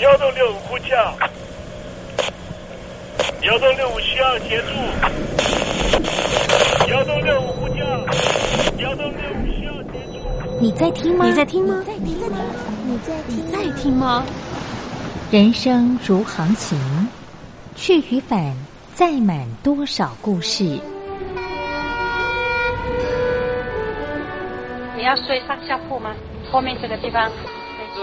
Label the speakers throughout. Speaker 1: 幺六六五呼叫，幺六六五需要协助，幺六六五呼叫，幺六六五需要协助。
Speaker 2: 你在听吗？
Speaker 3: 你在听吗
Speaker 2: 你在听吗？你在听
Speaker 3: 在听吗？
Speaker 2: 人生如航行，去与返，载满多少故事？
Speaker 4: 你要睡上下铺吗？后面这个地方。
Speaker 5: 如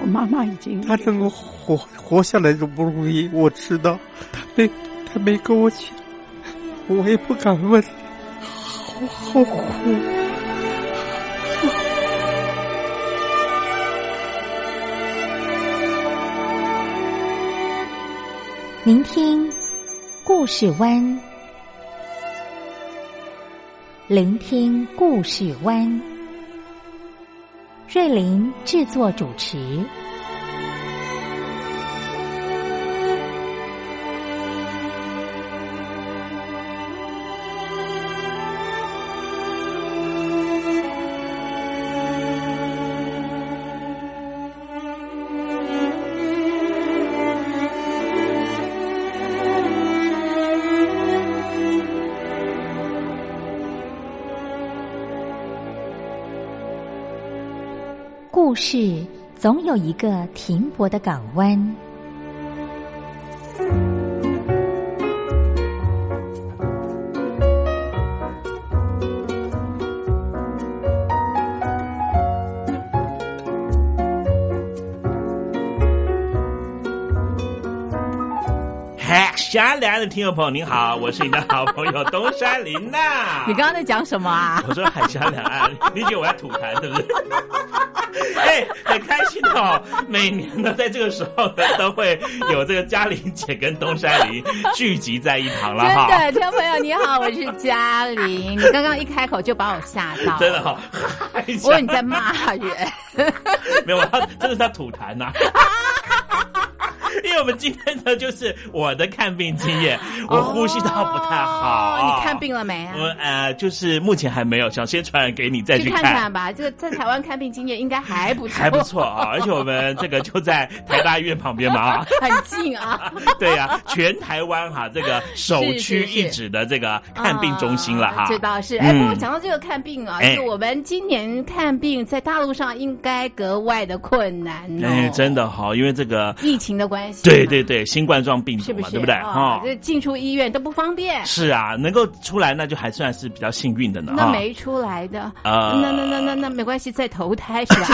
Speaker 6: 我妈妈已经
Speaker 7: 他能够活活下来容不容易？我知道，他没他没跟我讲，我也不敢问，好好苦。
Speaker 2: 聆听故事湾，聆听故事湾。瑞林制作主持。故事总有一个停泊的港湾。
Speaker 8: 嗨，山来的听众朋友您好，我是你的好朋友东山林呐。
Speaker 3: 你刚刚在讲什么啊？
Speaker 8: 我说海峡两岸，你以为我要吐痰对不 对？哎，很开心的哦！每年呢，在这个时候呢，都会有这个嘉玲姐跟东山林聚集在一堂了
Speaker 3: 真
Speaker 8: 哈。
Speaker 3: 的，听众朋友你好，我是嘉玲。你刚刚一开口就把我吓 到，
Speaker 8: 真的哈、哦，海峡
Speaker 3: 我以为你在骂 人。
Speaker 8: 没有，他真的是他吐痰呐、 因为我们今天呢，就是我的看病经验，我呼吸道不太好。
Speaker 3: 哦你看？病了没啊？
Speaker 8: 我呃，就是目前还没有，想先传染给你再
Speaker 3: 去
Speaker 8: 去
Speaker 3: 看看吧，这个在台湾看病经验应该还不错，
Speaker 8: 还不错啊，而且我们这个就在台大医院旁边嘛 啊，
Speaker 3: 很近啊。
Speaker 8: 对呀、全台湾哈、这个首屈
Speaker 3: 是是
Speaker 8: 一指的这个 看病中心了哈。
Speaker 3: 啊这倒是。哎，不过
Speaker 8: 嗯
Speaker 3: 讲到这个看病啊，
Speaker 8: 哎
Speaker 3: 就我们今年看病在大陆上应该格外的困难哦，
Speaker 8: 哎，真的哈、因为这个，
Speaker 3: 疫情的关系，
Speaker 8: 对对，对，新冠状病毒
Speaker 3: 是不
Speaker 8: 嘛，
Speaker 3: 是？
Speaker 8: 对不对？
Speaker 3: 啊
Speaker 8: 哈、
Speaker 3: 这进出医院都不方便，
Speaker 8: 是啊，能够出来那就还算是比较幸运的呢。
Speaker 3: 那
Speaker 8: 哈
Speaker 3: 没出来的，
Speaker 8: 呃
Speaker 3: 那那那那那没关系，再投胎 是吧？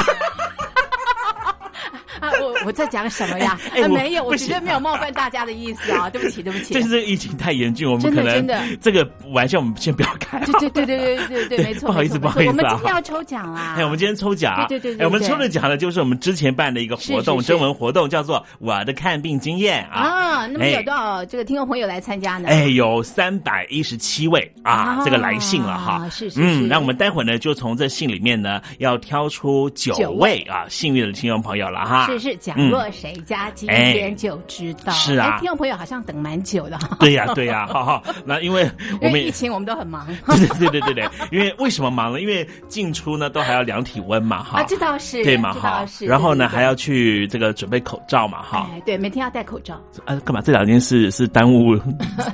Speaker 3: 啊，我我在讲什么呀？
Speaker 8: 哎哎
Speaker 3: 啊
Speaker 8: 我
Speaker 3: 没有，我
Speaker 8: 不
Speaker 3: 绝
Speaker 8: 行
Speaker 3: 对没有冒犯大家的意思啊！对不起，对不 起
Speaker 8: 这。是疫情太严峻，我们
Speaker 3: 真的
Speaker 8: 可能
Speaker 3: 真的
Speaker 8: 这个玩笑我们先不要开。
Speaker 3: 对对对对对对对，没错，
Speaker 8: 不好意思
Speaker 3: 没
Speaker 8: 不
Speaker 3: 错
Speaker 8: 好意思啊
Speaker 3: 我们今天要抽奖啦！
Speaker 8: 哎，我们今天抽奖啊，
Speaker 3: 对对对对
Speaker 8: 哎我们
Speaker 3: 对
Speaker 8: 抽的奖呢，就是我们之前办的一个活动，
Speaker 3: 是是是
Speaker 8: 征文活动，叫做“我的看病经验”啊。
Speaker 3: 啊，那么有
Speaker 8: 哎
Speaker 3: 多少这个听众朋友来参加呢？
Speaker 8: 哎，有三百一十七位啊，
Speaker 3: 啊
Speaker 8: 这个来信了哈。
Speaker 3: 是是是
Speaker 8: 嗯，那我们待会儿呢，就从这信里面呢，要挑出九
Speaker 3: 九
Speaker 8: 位啊，幸运的听众朋友了哈。
Speaker 3: 是是，假
Speaker 8: 嗯
Speaker 3: 若谁家今天
Speaker 8: 哎
Speaker 3: 就知道。
Speaker 8: 是啊
Speaker 3: 哎听众朋友好像等蛮久的哈。
Speaker 8: 对呀、对呀、哈哈。那 因为我
Speaker 3: 因
Speaker 8: 们
Speaker 3: 为疫情我们都很忙
Speaker 8: 对对对对对，因为为什么忙呢？因为进出呢都还要量体温嘛，哈，
Speaker 3: 啊，这倒是
Speaker 8: 对嘛
Speaker 3: 这
Speaker 8: 哈
Speaker 3: 倒是。
Speaker 8: 然后呢
Speaker 3: 对对对
Speaker 8: 还要去这个准备口罩嘛，哈。
Speaker 3: 哎，对，每天要戴口罩，
Speaker 8: 啊，干嘛？这两件事是耽 误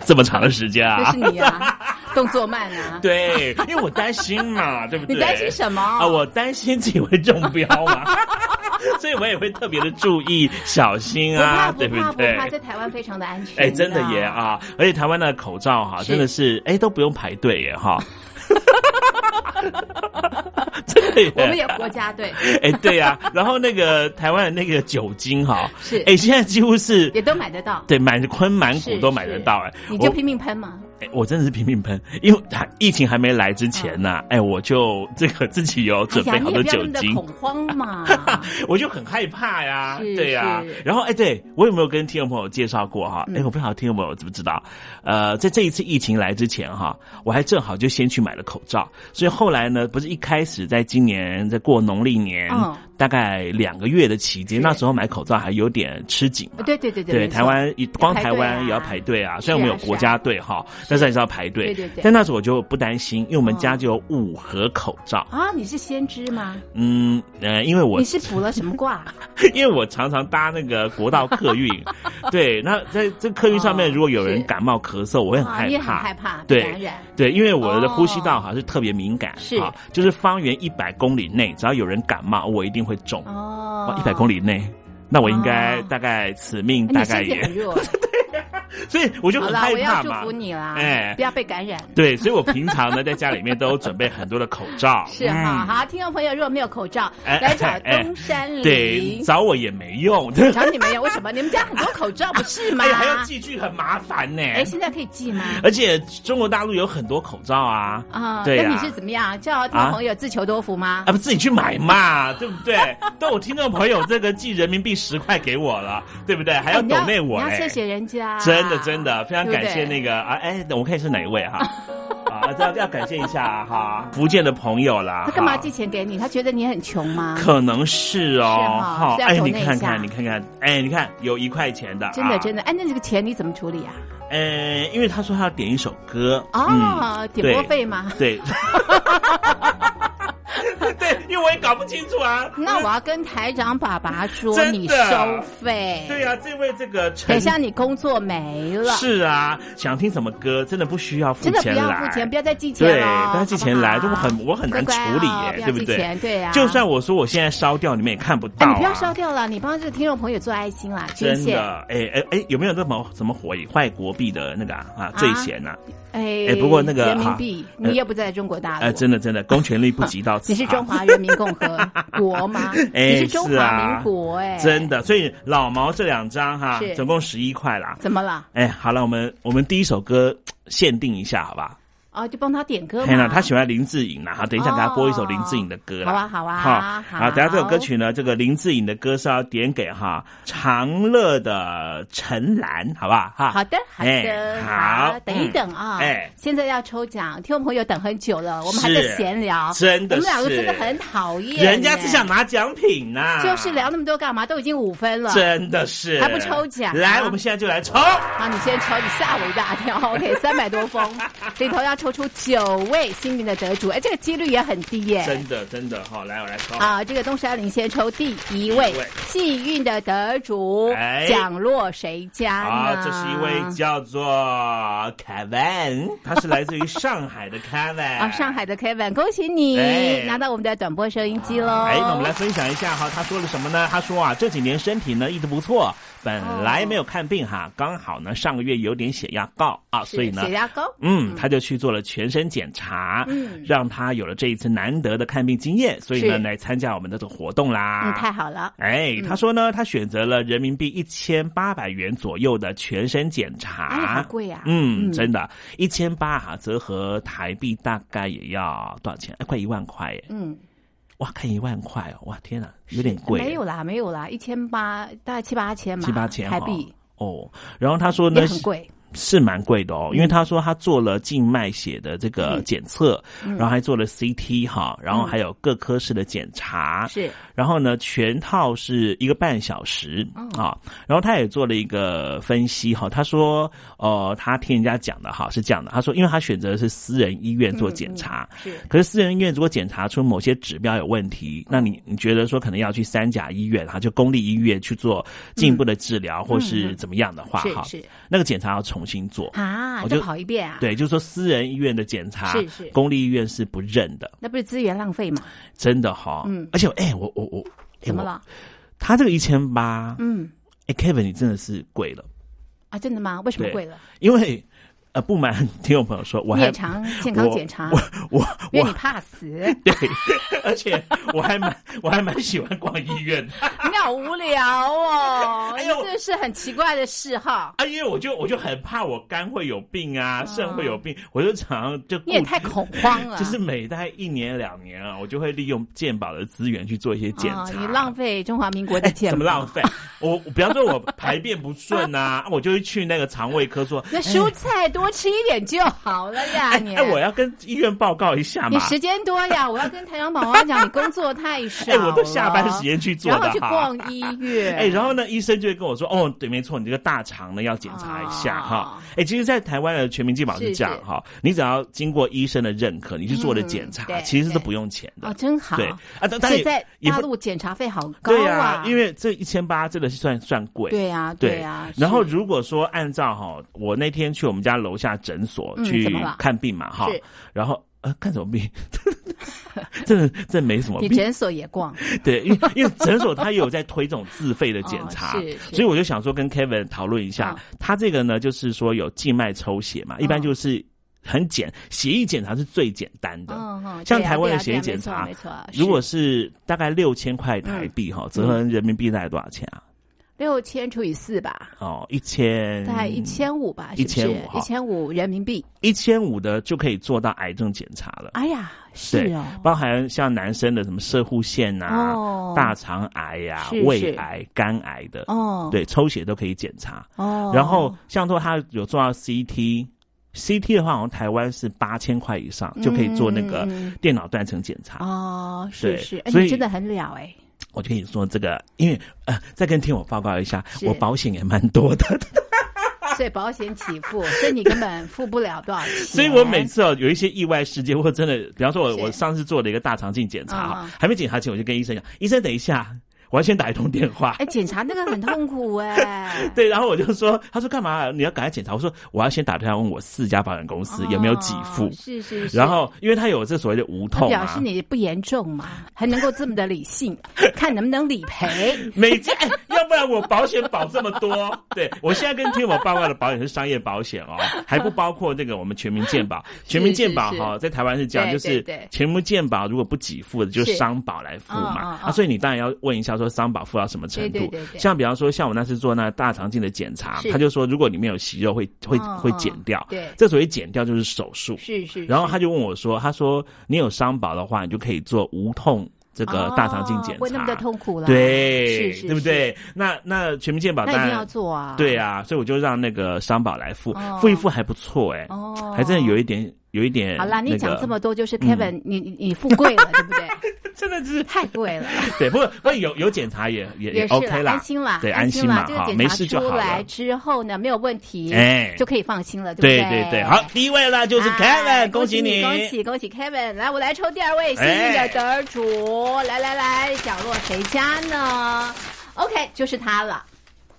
Speaker 8: 这么长的时间
Speaker 3: 就
Speaker 8: 啊
Speaker 3: 是？你 啊，动作慢啊，
Speaker 8: 对，因为我担心嘛，对不对？
Speaker 3: 你担心什么
Speaker 8: 啊？我担心自己会中标嘛， 所以我也会特别的注意、小心
Speaker 3: 不怕
Speaker 8: 啊，
Speaker 3: 不
Speaker 8: 对
Speaker 3: 怕不
Speaker 8: 对？
Speaker 3: 怕，在台湾非常的安全。
Speaker 8: 哎，真的耶！啊！而且台湾的口罩哈、
Speaker 3: 是
Speaker 8: 真的是哎都不用排队耶哈。 真的耶，
Speaker 3: 我们有国家队，
Speaker 8: 哎对呀、然后那个台湾的那个酒精哈、
Speaker 3: 是
Speaker 8: 哎现在几乎是
Speaker 3: 也都买得到，
Speaker 8: 对满昆满谷
Speaker 3: 是
Speaker 8: 都买得到哎，
Speaker 3: 你就
Speaker 8: 我
Speaker 3: 拼命喷嘛。
Speaker 8: 哎，我真的是频频喷，因为还疫情还没来之前呐、哎，我就这个自己有准备
Speaker 3: 嗯哎呀
Speaker 8: 好
Speaker 3: 你
Speaker 8: 多
Speaker 3: 也不要
Speaker 8: 酒
Speaker 3: 那么的
Speaker 8: 精，
Speaker 3: 恐 慌嘛。
Speaker 8: 我就很害怕呀，
Speaker 3: 是
Speaker 8: 对呀
Speaker 3: 是。嗯
Speaker 8: 然后哎，对我有没有跟听众朋友介绍过哈？哎，我不晓得听众朋友知不知道？呃，在这一次疫情来之前哈，我还正好就先去买了口罩，所以后来呢，不是一开始在今年在过农历年
Speaker 3: 嗯
Speaker 8: 大概两个月的期间，那时候买口罩还有点吃紧嘛。
Speaker 3: 对对对
Speaker 8: 对，
Speaker 3: 没错
Speaker 8: 台湾一光
Speaker 3: 排
Speaker 8: 台
Speaker 3: 队
Speaker 8: 湾
Speaker 3: 啊
Speaker 8: 也要排队啊，虽然
Speaker 3: 是
Speaker 8: 我
Speaker 3: 啊
Speaker 8: 们有国家队哈，但是还是要排队。
Speaker 3: 对对对嗯
Speaker 8: 但那时候我就不担心，因为我们家就有五盒口罩。
Speaker 3: 啊，你是先知吗？
Speaker 8: 嗯呃，因为我
Speaker 3: 你是卜了什么卦？
Speaker 8: 因为我常常搭那个国道客 运，对，那在这客运上面，
Speaker 3: 哦
Speaker 8: 如果有人
Speaker 3: 是
Speaker 8: 感冒咳 嗽，我会很
Speaker 3: 啊，
Speaker 8: 害
Speaker 3: 你也很
Speaker 8: 怕
Speaker 3: 害。怕被
Speaker 8: 对
Speaker 3: 感染。
Speaker 8: 对，因为我的呼吸道好像是特别敏感，
Speaker 3: 是
Speaker 8: 啊，就是方圆一百公里内，只要有人感冒，我一定会中。
Speaker 3: 哦
Speaker 8: 哇，一百公
Speaker 3: 里，
Speaker 8: 里内，那我应该
Speaker 3: 哦
Speaker 8: 大概此命
Speaker 3: 哎
Speaker 8: 大
Speaker 3: 你
Speaker 8: 概
Speaker 3: 身体
Speaker 8: 也，
Speaker 3: 很弱。
Speaker 8: 所以 我就
Speaker 3: 好
Speaker 8: 很
Speaker 3: 啦，
Speaker 8: 害
Speaker 3: 我要
Speaker 8: 怕
Speaker 3: 祝
Speaker 8: 嘛
Speaker 3: 福。你啦，
Speaker 8: 哎
Speaker 3: 不要被感染。
Speaker 8: 对，所以我平常呢，在家里面都准备很多的口罩，嗯
Speaker 3: 是哈，好，听众朋友，如果没有口罩，
Speaker 8: 哎
Speaker 3: 来找
Speaker 8: 哎哎
Speaker 3: 东山
Speaker 8: 对，
Speaker 3: 林。
Speaker 8: 找我也没用，
Speaker 3: 找你们有为什么？你们家很多口罩不是 吗
Speaker 8: 哎？呀，还要寄去很麻烦呢。
Speaker 3: 哎，现在可以寄吗？
Speaker 8: 而且中国大陆有很多口罩啊，
Speaker 3: 啊，
Speaker 8: 对
Speaker 3: 那
Speaker 8: 呀、
Speaker 3: 你是怎么样？叫听众朋友自求多福吗
Speaker 8: 啊，？不自己去买嘛，对不对？ 都有听众朋友这个寄人民币十块给我了，对不对？还
Speaker 3: 哎
Speaker 8: 要
Speaker 3: 你
Speaker 8: 抖内我、
Speaker 3: 你要
Speaker 8: 哎
Speaker 3: 谢谢人家，
Speaker 8: 真的真的，非常感谢那
Speaker 3: 个。
Speaker 8: 个啊，哎，我看是哪一位 哈、啊？啊，这要要感谢一下啊哈、福建的朋友啦。
Speaker 3: 他干嘛
Speaker 8: 哈
Speaker 3: 寄钱给你？他觉得你很穷吗？
Speaker 8: 可能是哦，
Speaker 3: 是哈
Speaker 8: 好
Speaker 3: 是要
Speaker 8: 哎，
Speaker 3: 抖
Speaker 8: 你
Speaker 3: 内一
Speaker 8: 看
Speaker 3: 下
Speaker 8: 看，你看看，哎，你看有一块钱的、
Speaker 3: 真的真
Speaker 8: 的，
Speaker 3: 的，哎，那这个钱你怎么处理啊？
Speaker 8: 呃，因为他说他要点一首歌，嗯
Speaker 3: 哦，点播
Speaker 8: 对
Speaker 3: 费吗？
Speaker 8: 对，对，因为我也搞不清楚啊。
Speaker 3: 那我要跟台长爸爸说，
Speaker 8: 真的
Speaker 3: 你收费。
Speaker 8: 对呀、这位这个陈
Speaker 3: 等一下你工作没了，
Speaker 8: 是啊，想听什么歌，真的不需要付
Speaker 3: 真的不
Speaker 8: 钱
Speaker 3: 要
Speaker 8: 来，
Speaker 3: 付钱，不要再寄钱
Speaker 8: 对，
Speaker 3: 了，
Speaker 8: 大家寄钱来，就
Speaker 3: 好不
Speaker 8: 我
Speaker 3: 好
Speaker 8: 很我很难处理耶，
Speaker 3: 乖乖哦
Speaker 8: 对不
Speaker 3: 不要寄
Speaker 8: 对？
Speaker 3: 钱对啊，
Speaker 8: 就算我说我现在烧掉，你们也看不
Speaker 3: 哎，
Speaker 8: 到、啊
Speaker 3: 你不要烧掉了，你帮这个听众朋友做爱心啦，捐
Speaker 8: 真
Speaker 3: 献
Speaker 8: 的，，哎哎哎，有没有那么什么火坏国币的那个啊啊罪嫌呐、啊？
Speaker 3: 哎
Speaker 8: 哎不过那个
Speaker 3: 人民币，
Speaker 8: 哈
Speaker 3: 你也不在中国大
Speaker 8: 呃，
Speaker 3: 陆，
Speaker 8: 真的真的，公权力不及到此、
Speaker 3: 你
Speaker 8: 啊。
Speaker 3: 是中华人民共和 国吗？
Speaker 8: 哎
Speaker 3: 你是中
Speaker 8: 是
Speaker 3: 华
Speaker 8: 啊
Speaker 3: 民国哎，
Speaker 8: 真的，所以老毛这两张哈
Speaker 3: 是，
Speaker 8: 总共十一块啦。
Speaker 3: 怎么了？
Speaker 8: 哎，好了，我们我们第一首歌限定一下，好吧？
Speaker 3: 啊，就帮他点歌
Speaker 8: 嘿
Speaker 3: 嘛
Speaker 8: 啦，，他喜欢林志颖啦，好，等一下给他播一首林志颖的歌啦。
Speaker 3: 好啊好啊
Speaker 8: 好，
Speaker 3: 好
Speaker 8: 等一下这首歌曲呢，这个林志颖的歌是要点给哈长乐的陈岚，好不好？哈，
Speaker 3: 好的，好的，
Speaker 8: 哎好
Speaker 3: 等一等啊！
Speaker 8: 嗯哎
Speaker 3: 现在要抽奖，听众朋友等很久了，我们还
Speaker 8: 是
Speaker 3: 在闲聊，
Speaker 8: 真的
Speaker 3: 我们两个
Speaker 8: 是
Speaker 3: 真的很讨厌，
Speaker 8: 人家是想拿奖品呐、
Speaker 3: 哎，就是聊那么多干嘛？都已经五分了，
Speaker 8: 真的啊是
Speaker 3: 还不抽奖啊
Speaker 8: 来，我们现在就来抽。
Speaker 3: 好，你先抽，你吓我一大跳。OK，三百多封， 里头要抽出九位幸运的得主，哎，这个几率也很低耶。
Speaker 8: 真的，真的哈、来我来抽。
Speaker 3: 啊，这个东山林先抽第一位
Speaker 8: 第一位
Speaker 3: 幸运的得主
Speaker 8: 哎，
Speaker 3: 奖落谁家
Speaker 8: 好，
Speaker 3: 呢？
Speaker 8: 这是一位叫做 Kevin，他是来自于上海的 Kevin。
Speaker 3: 啊，上海的 Kevin，恭喜你、
Speaker 8: 哎
Speaker 3: 拿到我们的短波收音机喽！
Speaker 8: 哎，那我们来分享一下哈，他说了什么呢？他说啊，这几年身体呢一直不错，本来没有看病哈，刚好呢上个月有点血压高啊，
Speaker 3: 哦是
Speaker 8: 所以呢
Speaker 3: 血。压高，
Speaker 8: 嗯，他就去做了全身检查，
Speaker 3: 嗯
Speaker 8: 让他有了这一次难得的看病经验，所以呢
Speaker 3: 是
Speaker 8: 来参加我们的这个活动啦。
Speaker 3: 嗯，太好了。嗯
Speaker 8: 哎，他说呢，他选择了人民币一千八百元左右的全身检查，
Speaker 3: 哎好贵啊
Speaker 8: 嗯，
Speaker 3: 嗯
Speaker 8: 真的，一千八哈，折合台币大概也要多少钱？哎，快一万块耶！
Speaker 3: 嗯，
Speaker 8: 哇，看一万块哦，哇，天哪，有点贵，
Speaker 3: 没有啦，没有啦，一千八，大概七八千嘛，
Speaker 8: 七八千
Speaker 3: 台
Speaker 8: 哦
Speaker 3: 币
Speaker 8: 哦。然后他说
Speaker 3: 也
Speaker 8: 呢，
Speaker 3: 很贵。嗯
Speaker 8: 是蛮贵的哦，因为他说他做了静脉血的这个检测，
Speaker 3: 嗯
Speaker 8: 然后还做了 CT 哈，然后还有各科室的检查，
Speaker 3: 嗯是，
Speaker 8: 然后呢，全套是一个半小时
Speaker 3: 哦
Speaker 8: 啊，然后他也做了一个分析哈，他说，呃，他听人家讲的哈是这样的，他说，因为他选择的是私人医院
Speaker 3: 嗯
Speaker 8: 做检查，
Speaker 3: 是
Speaker 8: 可是私人医院如果检查出某些指标有问题，
Speaker 3: 嗯
Speaker 8: 那你你觉得说可能要去三甲医院哈，就公立医院去做进一步的治疗、或是怎么样的话
Speaker 3: 嗯是
Speaker 8: 哈，
Speaker 3: 是
Speaker 8: 那个检查要重新做。
Speaker 3: 啊，
Speaker 8: 我
Speaker 3: 再
Speaker 8: 就
Speaker 3: 跑一遍啊，，
Speaker 8: 对，就是说私人医院的检查，
Speaker 3: 是是
Speaker 8: 公立医院是不认的，
Speaker 3: 那不是资源浪费嘛？
Speaker 8: 真的哈。
Speaker 3: 嗯
Speaker 8: 而且哎、我我我，哎
Speaker 3: 怎么？
Speaker 8: 我
Speaker 3: 了？
Speaker 8: 他这个一千八，
Speaker 3: 嗯，
Speaker 8: 哎，Kevin，你真的是贵了，
Speaker 3: 啊，真的吗？为什么
Speaker 8: 对
Speaker 3: 贵了？
Speaker 8: 因为呃不瞒听众朋友说，我还
Speaker 3: 夜长健康检查
Speaker 8: 我，我我
Speaker 3: 因为
Speaker 8: 我
Speaker 3: 你怕 死，
Speaker 8: 对，而且我还蛮我还蛮喜欢逛医院的。
Speaker 3: 你好无聊哦，
Speaker 8: 哎
Speaker 3: 你
Speaker 8: 呦
Speaker 3: 这是很奇怪的嗜好。
Speaker 8: 啊，因为我就我就很怕我肝会有病啊，肾会有病，我就常常就顾
Speaker 3: 你也太恐慌了，
Speaker 8: 哦
Speaker 3: 啊
Speaker 8: 就是每大概一年两年啊，我就会利用健保的资源去做一些检查。哎
Speaker 3: 啊你浪费中华民国的钱，
Speaker 8: 怎么浪？费？我我比方说我排便不顺啊， 啊我就会去那个肠胃科说，
Speaker 3: 那蔬菜多吃一点就好了呀，
Speaker 8: 哎
Speaker 3: 你。
Speaker 8: 哎，我要跟医院报告一下
Speaker 3: 你
Speaker 8: 嘛。
Speaker 3: 时间多呀，我要跟台长宝宝讲，你工作太 少
Speaker 8: 哎，
Speaker 3: 了。
Speaker 8: 我都下班时间去做
Speaker 3: 然
Speaker 8: 的
Speaker 3: 后
Speaker 8: 哈。
Speaker 3: 去逛医院，
Speaker 8: 哎，然后呢，医生就会跟我说，哦，对，没错，你这个大肠呢要检查一下哈
Speaker 3: 啊。
Speaker 8: 哎，其实，在台湾的全民健保
Speaker 3: 是
Speaker 8: 是
Speaker 3: 是
Speaker 8: 这样哈，你只要经过医生的认可，你去做的
Speaker 3: 嗯
Speaker 8: 检查
Speaker 3: 对
Speaker 8: 其实是
Speaker 3: 对
Speaker 8: 不用钱的
Speaker 3: 哦，。真好。
Speaker 8: 对啊，但但
Speaker 3: 所以
Speaker 8: 也
Speaker 3: 在
Speaker 8: 也
Speaker 3: 大
Speaker 8: 不
Speaker 3: 陆检查费好高
Speaker 8: 对
Speaker 3: 啊，
Speaker 8: 因为这一千八真的是算算贵。
Speaker 3: 对呀
Speaker 8: 对
Speaker 3: 呀。
Speaker 8: 然后
Speaker 3: 是
Speaker 8: 如果说按照哈，我那天去我们家楼下诊所
Speaker 3: 嗯
Speaker 8: 去
Speaker 3: 怎么了
Speaker 8: 看病嘛哈
Speaker 3: 是，
Speaker 8: 然后呃看什么病？ 这这没什么
Speaker 3: 你
Speaker 8: 病，
Speaker 3: 诊所也逛，
Speaker 8: 对，因为因为诊所它也有在推这种自费的检查
Speaker 3: 哦是，是
Speaker 8: 所以我就想说跟 Kevin 讨论一下
Speaker 3: 嗯，
Speaker 8: 他这个呢就是说有静脉抽血嘛，一般
Speaker 3: 嗯
Speaker 8: 就是很简，血液检查是最简单的，
Speaker 3: 嗯哼，
Speaker 8: 像
Speaker 3: 对呀
Speaker 8: 台湾
Speaker 3: 对
Speaker 8: 的
Speaker 3: 呀
Speaker 8: 血
Speaker 3: 对
Speaker 8: 液
Speaker 3: 呀
Speaker 8: 检
Speaker 3: 没错
Speaker 8: 查
Speaker 3: 没错。
Speaker 8: 如果是大概六千块台币
Speaker 3: 嗯
Speaker 8: 哈，折合人民币大概多少钱啊？
Speaker 3: 六千除以四吧，
Speaker 8: 哦，一千，
Speaker 3: 嗯大概一千五吧，是不是
Speaker 8: 1500哈
Speaker 3: 一千五人民币。
Speaker 8: 一千五的就可以做到癌症检查了。
Speaker 3: 哎呀，是
Speaker 8: 对
Speaker 3: 哦，，
Speaker 8: 包含像男生的什么射护腺啊、
Speaker 3: 哦
Speaker 8: 大肠癌呀、
Speaker 3: 是
Speaker 8: 胃
Speaker 3: 是
Speaker 8: 癌、肝癌的，
Speaker 3: 哦，
Speaker 8: 对，抽血都可以检查。
Speaker 3: 哦，
Speaker 8: 然后像说他有做到 CT。CT 的话，好像台湾是八千块以上、就可以做那个
Speaker 3: 嗯嗯嗯
Speaker 8: 电脑断层检查。
Speaker 3: 哦，
Speaker 8: 对
Speaker 3: 是是，哎，
Speaker 8: 所以
Speaker 3: 你真的很了 哎，
Speaker 8: 我就跟你说这个，因为呃，再跟听我报告一下，
Speaker 3: 是
Speaker 8: 我保险也蛮多的，
Speaker 3: 所以保险起付，所以你根本付不了多少钱。
Speaker 8: 所以我每次哦有一些意外事件，或真的，比方说我
Speaker 3: 是
Speaker 8: 我上次做了一个大肠镜检查
Speaker 3: 嗯
Speaker 8: 哈
Speaker 3: 嗯，
Speaker 8: 还没检查前我就跟医生讲，医生等一下，我要先打一通电话。
Speaker 3: 哎，。检查那个很痛苦哎
Speaker 8: 对，然后我就说，他说干嘛？啊你要赶快检查。我说我要先打电话问我四家保险公司
Speaker 3: 哦，
Speaker 8: 有没有给付。
Speaker 3: 是是是。
Speaker 8: 然后因为他有这所谓的无
Speaker 3: 他
Speaker 8: 痛
Speaker 3: 表
Speaker 8: 啊
Speaker 3: 示，你不严重嘛， 还能够这么的理性，看能不能理赔。
Speaker 8: 每家、哎要不然我保险保这么多， 对我现在跟听我报告的保险是商业保险 哦，还不包括那个我们全民健保。全民健保
Speaker 3: 是
Speaker 8: 哈、在台湾是这样，
Speaker 3: 对
Speaker 8: 就
Speaker 3: 对
Speaker 8: 是
Speaker 3: 对
Speaker 8: 全民健保如果不给付的，就是是商保来付
Speaker 3: 嗯
Speaker 8: 嘛
Speaker 3: 嗯。嗯
Speaker 8: 啊，所以你当然要问一下说商保付到什么程
Speaker 3: 对对
Speaker 8: 度
Speaker 3: 对对。
Speaker 8: 像比方说，像我那次做那大肠镜的检查
Speaker 3: 是，
Speaker 8: 他就说如果里面有息肉会会
Speaker 3: 嗯
Speaker 8: 会
Speaker 3: 嗯
Speaker 8: 剪掉。
Speaker 3: 对
Speaker 8: 这所谓剪掉就是手术。
Speaker 3: 是是。
Speaker 8: 然后
Speaker 3: 是
Speaker 8: 他就问我说：“他说你有商保的话，你就可以做无痛这个大肠镜检查，
Speaker 3: 哦不会那么的痛苦啦
Speaker 8: 对，
Speaker 3: 是是
Speaker 8: 对不对？那那全民健保
Speaker 3: 那
Speaker 8: 当
Speaker 3: 一定
Speaker 8: 然
Speaker 3: 要做啊。
Speaker 8: 对。啊，所以我就让那个商保来付，
Speaker 3: 哦
Speaker 8: 付一付还不错哎、
Speaker 3: 哦
Speaker 8: 还真的有一点有一点、那
Speaker 3: 好
Speaker 8: 个。嗯
Speaker 3: 啦，你讲这么多，就是 Kevin，你你你富贵了，对不对？
Speaker 8: 真的是
Speaker 3: 太贵了。
Speaker 8: 对，不过不过有有检查也也
Speaker 3: 也是
Speaker 8: OK 啦，
Speaker 3: 安心啦，
Speaker 8: 对，
Speaker 3: 安
Speaker 8: 安
Speaker 3: 心
Speaker 8: 嘛
Speaker 3: 这个
Speaker 8: 哈，
Speaker 3: 检
Speaker 8: 没
Speaker 3: 查
Speaker 8: 事就
Speaker 3: 出
Speaker 8: 好
Speaker 3: 来
Speaker 8: 了。
Speaker 3: 之后呢，没有问题，
Speaker 8: 哎
Speaker 3: 就可以放心了，不
Speaker 8: 对
Speaker 3: 对
Speaker 8: 对对，好，第一位啦，就是 Kevin，
Speaker 3: 哎恭
Speaker 8: 喜
Speaker 3: 恭喜恭喜 Kevin！来，我来抽第二位幸运的
Speaker 8: 哎
Speaker 3: 得主，来来来，角落谁家呢？OK，就是他了。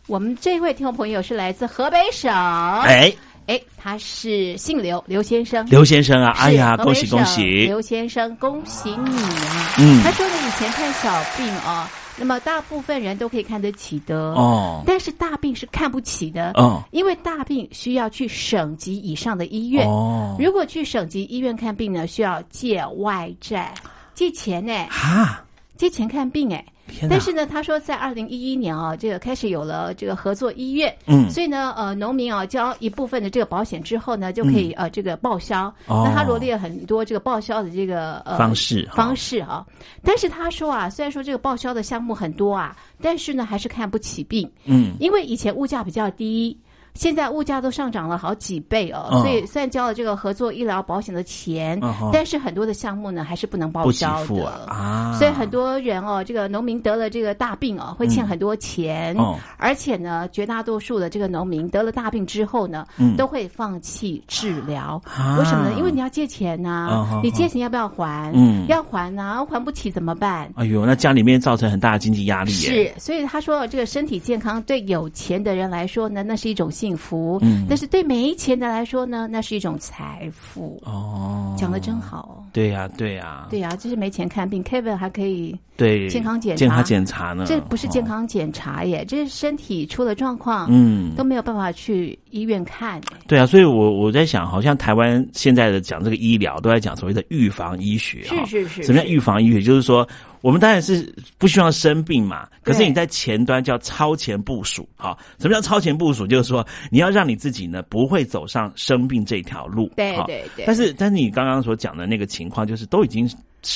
Speaker 3: 我们这位听众朋友是来自河北省，哎，
Speaker 8: 哎，
Speaker 3: 他是姓刘，刘先生。
Speaker 8: 刘先生啊，哎
Speaker 3: 是
Speaker 8: 呀，
Speaker 3: 河
Speaker 8: 恭
Speaker 3: 北
Speaker 8: 喜恭
Speaker 3: 省
Speaker 8: 喜！
Speaker 3: 刘先生，恭喜你啊！
Speaker 8: 嗯
Speaker 3: 他说呢，以前看小病啊、那么大部分人都可以看得起的
Speaker 8: 哦
Speaker 3: 但是大病是看不起的
Speaker 8: 哦
Speaker 3: 因为大病需要去省级以上的医院
Speaker 8: 哦
Speaker 3: 如果去省级医院看病呢，需要借外债、借钱呢、
Speaker 8: 哈，
Speaker 3: 借钱看病哎、
Speaker 8: 天哪
Speaker 3: 但是呢，他说在二零一一年啊，这个开始有了这个合作医院，
Speaker 8: 嗯
Speaker 3: 所以呢，呃，农民啊交一部分的这个保险之后呢，就可以、呃这个报销。
Speaker 8: 嗯哦
Speaker 3: 那他罗列了很多这个报销的这个呃
Speaker 8: 方式
Speaker 3: 方式啊，但是他说啊，虽然说这个报销的项目很多啊，但是呢还是看不起病，
Speaker 8: 嗯，
Speaker 3: 因为以前物价比较低。现在物价都上涨了好几倍哦，
Speaker 8: 嗯
Speaker 3: 所以虽然交了这个合作医疗保险的钱，
Speaker 8: 嗯哼
Speaker 3: 但是很多的项目呢还是不能报
Speaker 8: 不给
Speaker 3: 销的
Speaker 8: 付啊啊，
Speaker 3: 所以很多人哦，这个农民得了这个大病哦，会欠很多钱，
Speaker 8: 嗯哦
Speaker 3: 而且呢，绝大多数的这个农民得了大病之后呢，
Speaker 8: 嗯
Speaker 3: 都会放弃治疗。
Speaker 8: 啊
Speaker 3: 为什么呢？因为你要借钱呐、
Speaker 8: 啊哈
Speaker 3: 你借钱要不要还？
Speaker 8: 嗯
Speaker 3: 要还呐、还不起怎么办？
Speaker 8: 哎呦，那家里面造成很大的经济压力耶。
Speaker 3: 是，所以他说，这个身体健康对有钱的人来说呢，那是一种幸福；
Speaker 8: 嗯
Speaker 3: 但是对没钱的来说呢，那是一种财富。
Speaker 8: 哦，
Speaker 3: 讲的真好哦。
Speaker 8: 对呀、对呀、
Speaker 3: 对呀、啊就是没钱看病，Kevin 还可以，
Speaker 8: 对
Speaker 3: 健康检查
Speaker 8: 健康检查呢？
Speaker 3: 这不是健
Speaker 8: 哦，
Speaker 3: 康检查耶，这是身体出了状况，
Speaker 8: 嗯
Speaker 3: 都，没有办法去医院看。
Speaker 8: 对啊，所以我我在想，好像台湾现在的讲这个医疗，都在讲所谓的预防医学哈。
Speaker 3: 是是
Speaker 8: 什么叫预防医学？就是说，我们当然是不希望生病嘛，可是
Speaker 3: 对
Speaker 8: 你在前端叫超前部署。好，什么叫超前部署？就是说，你要让你自己呢不会走上生病这条路。
Speaker 3: 对
Speaker 8: 好
Speaker 3: 对对
Speaker 8: 但是，但是你刚刚所讲的那个情况，就是都已经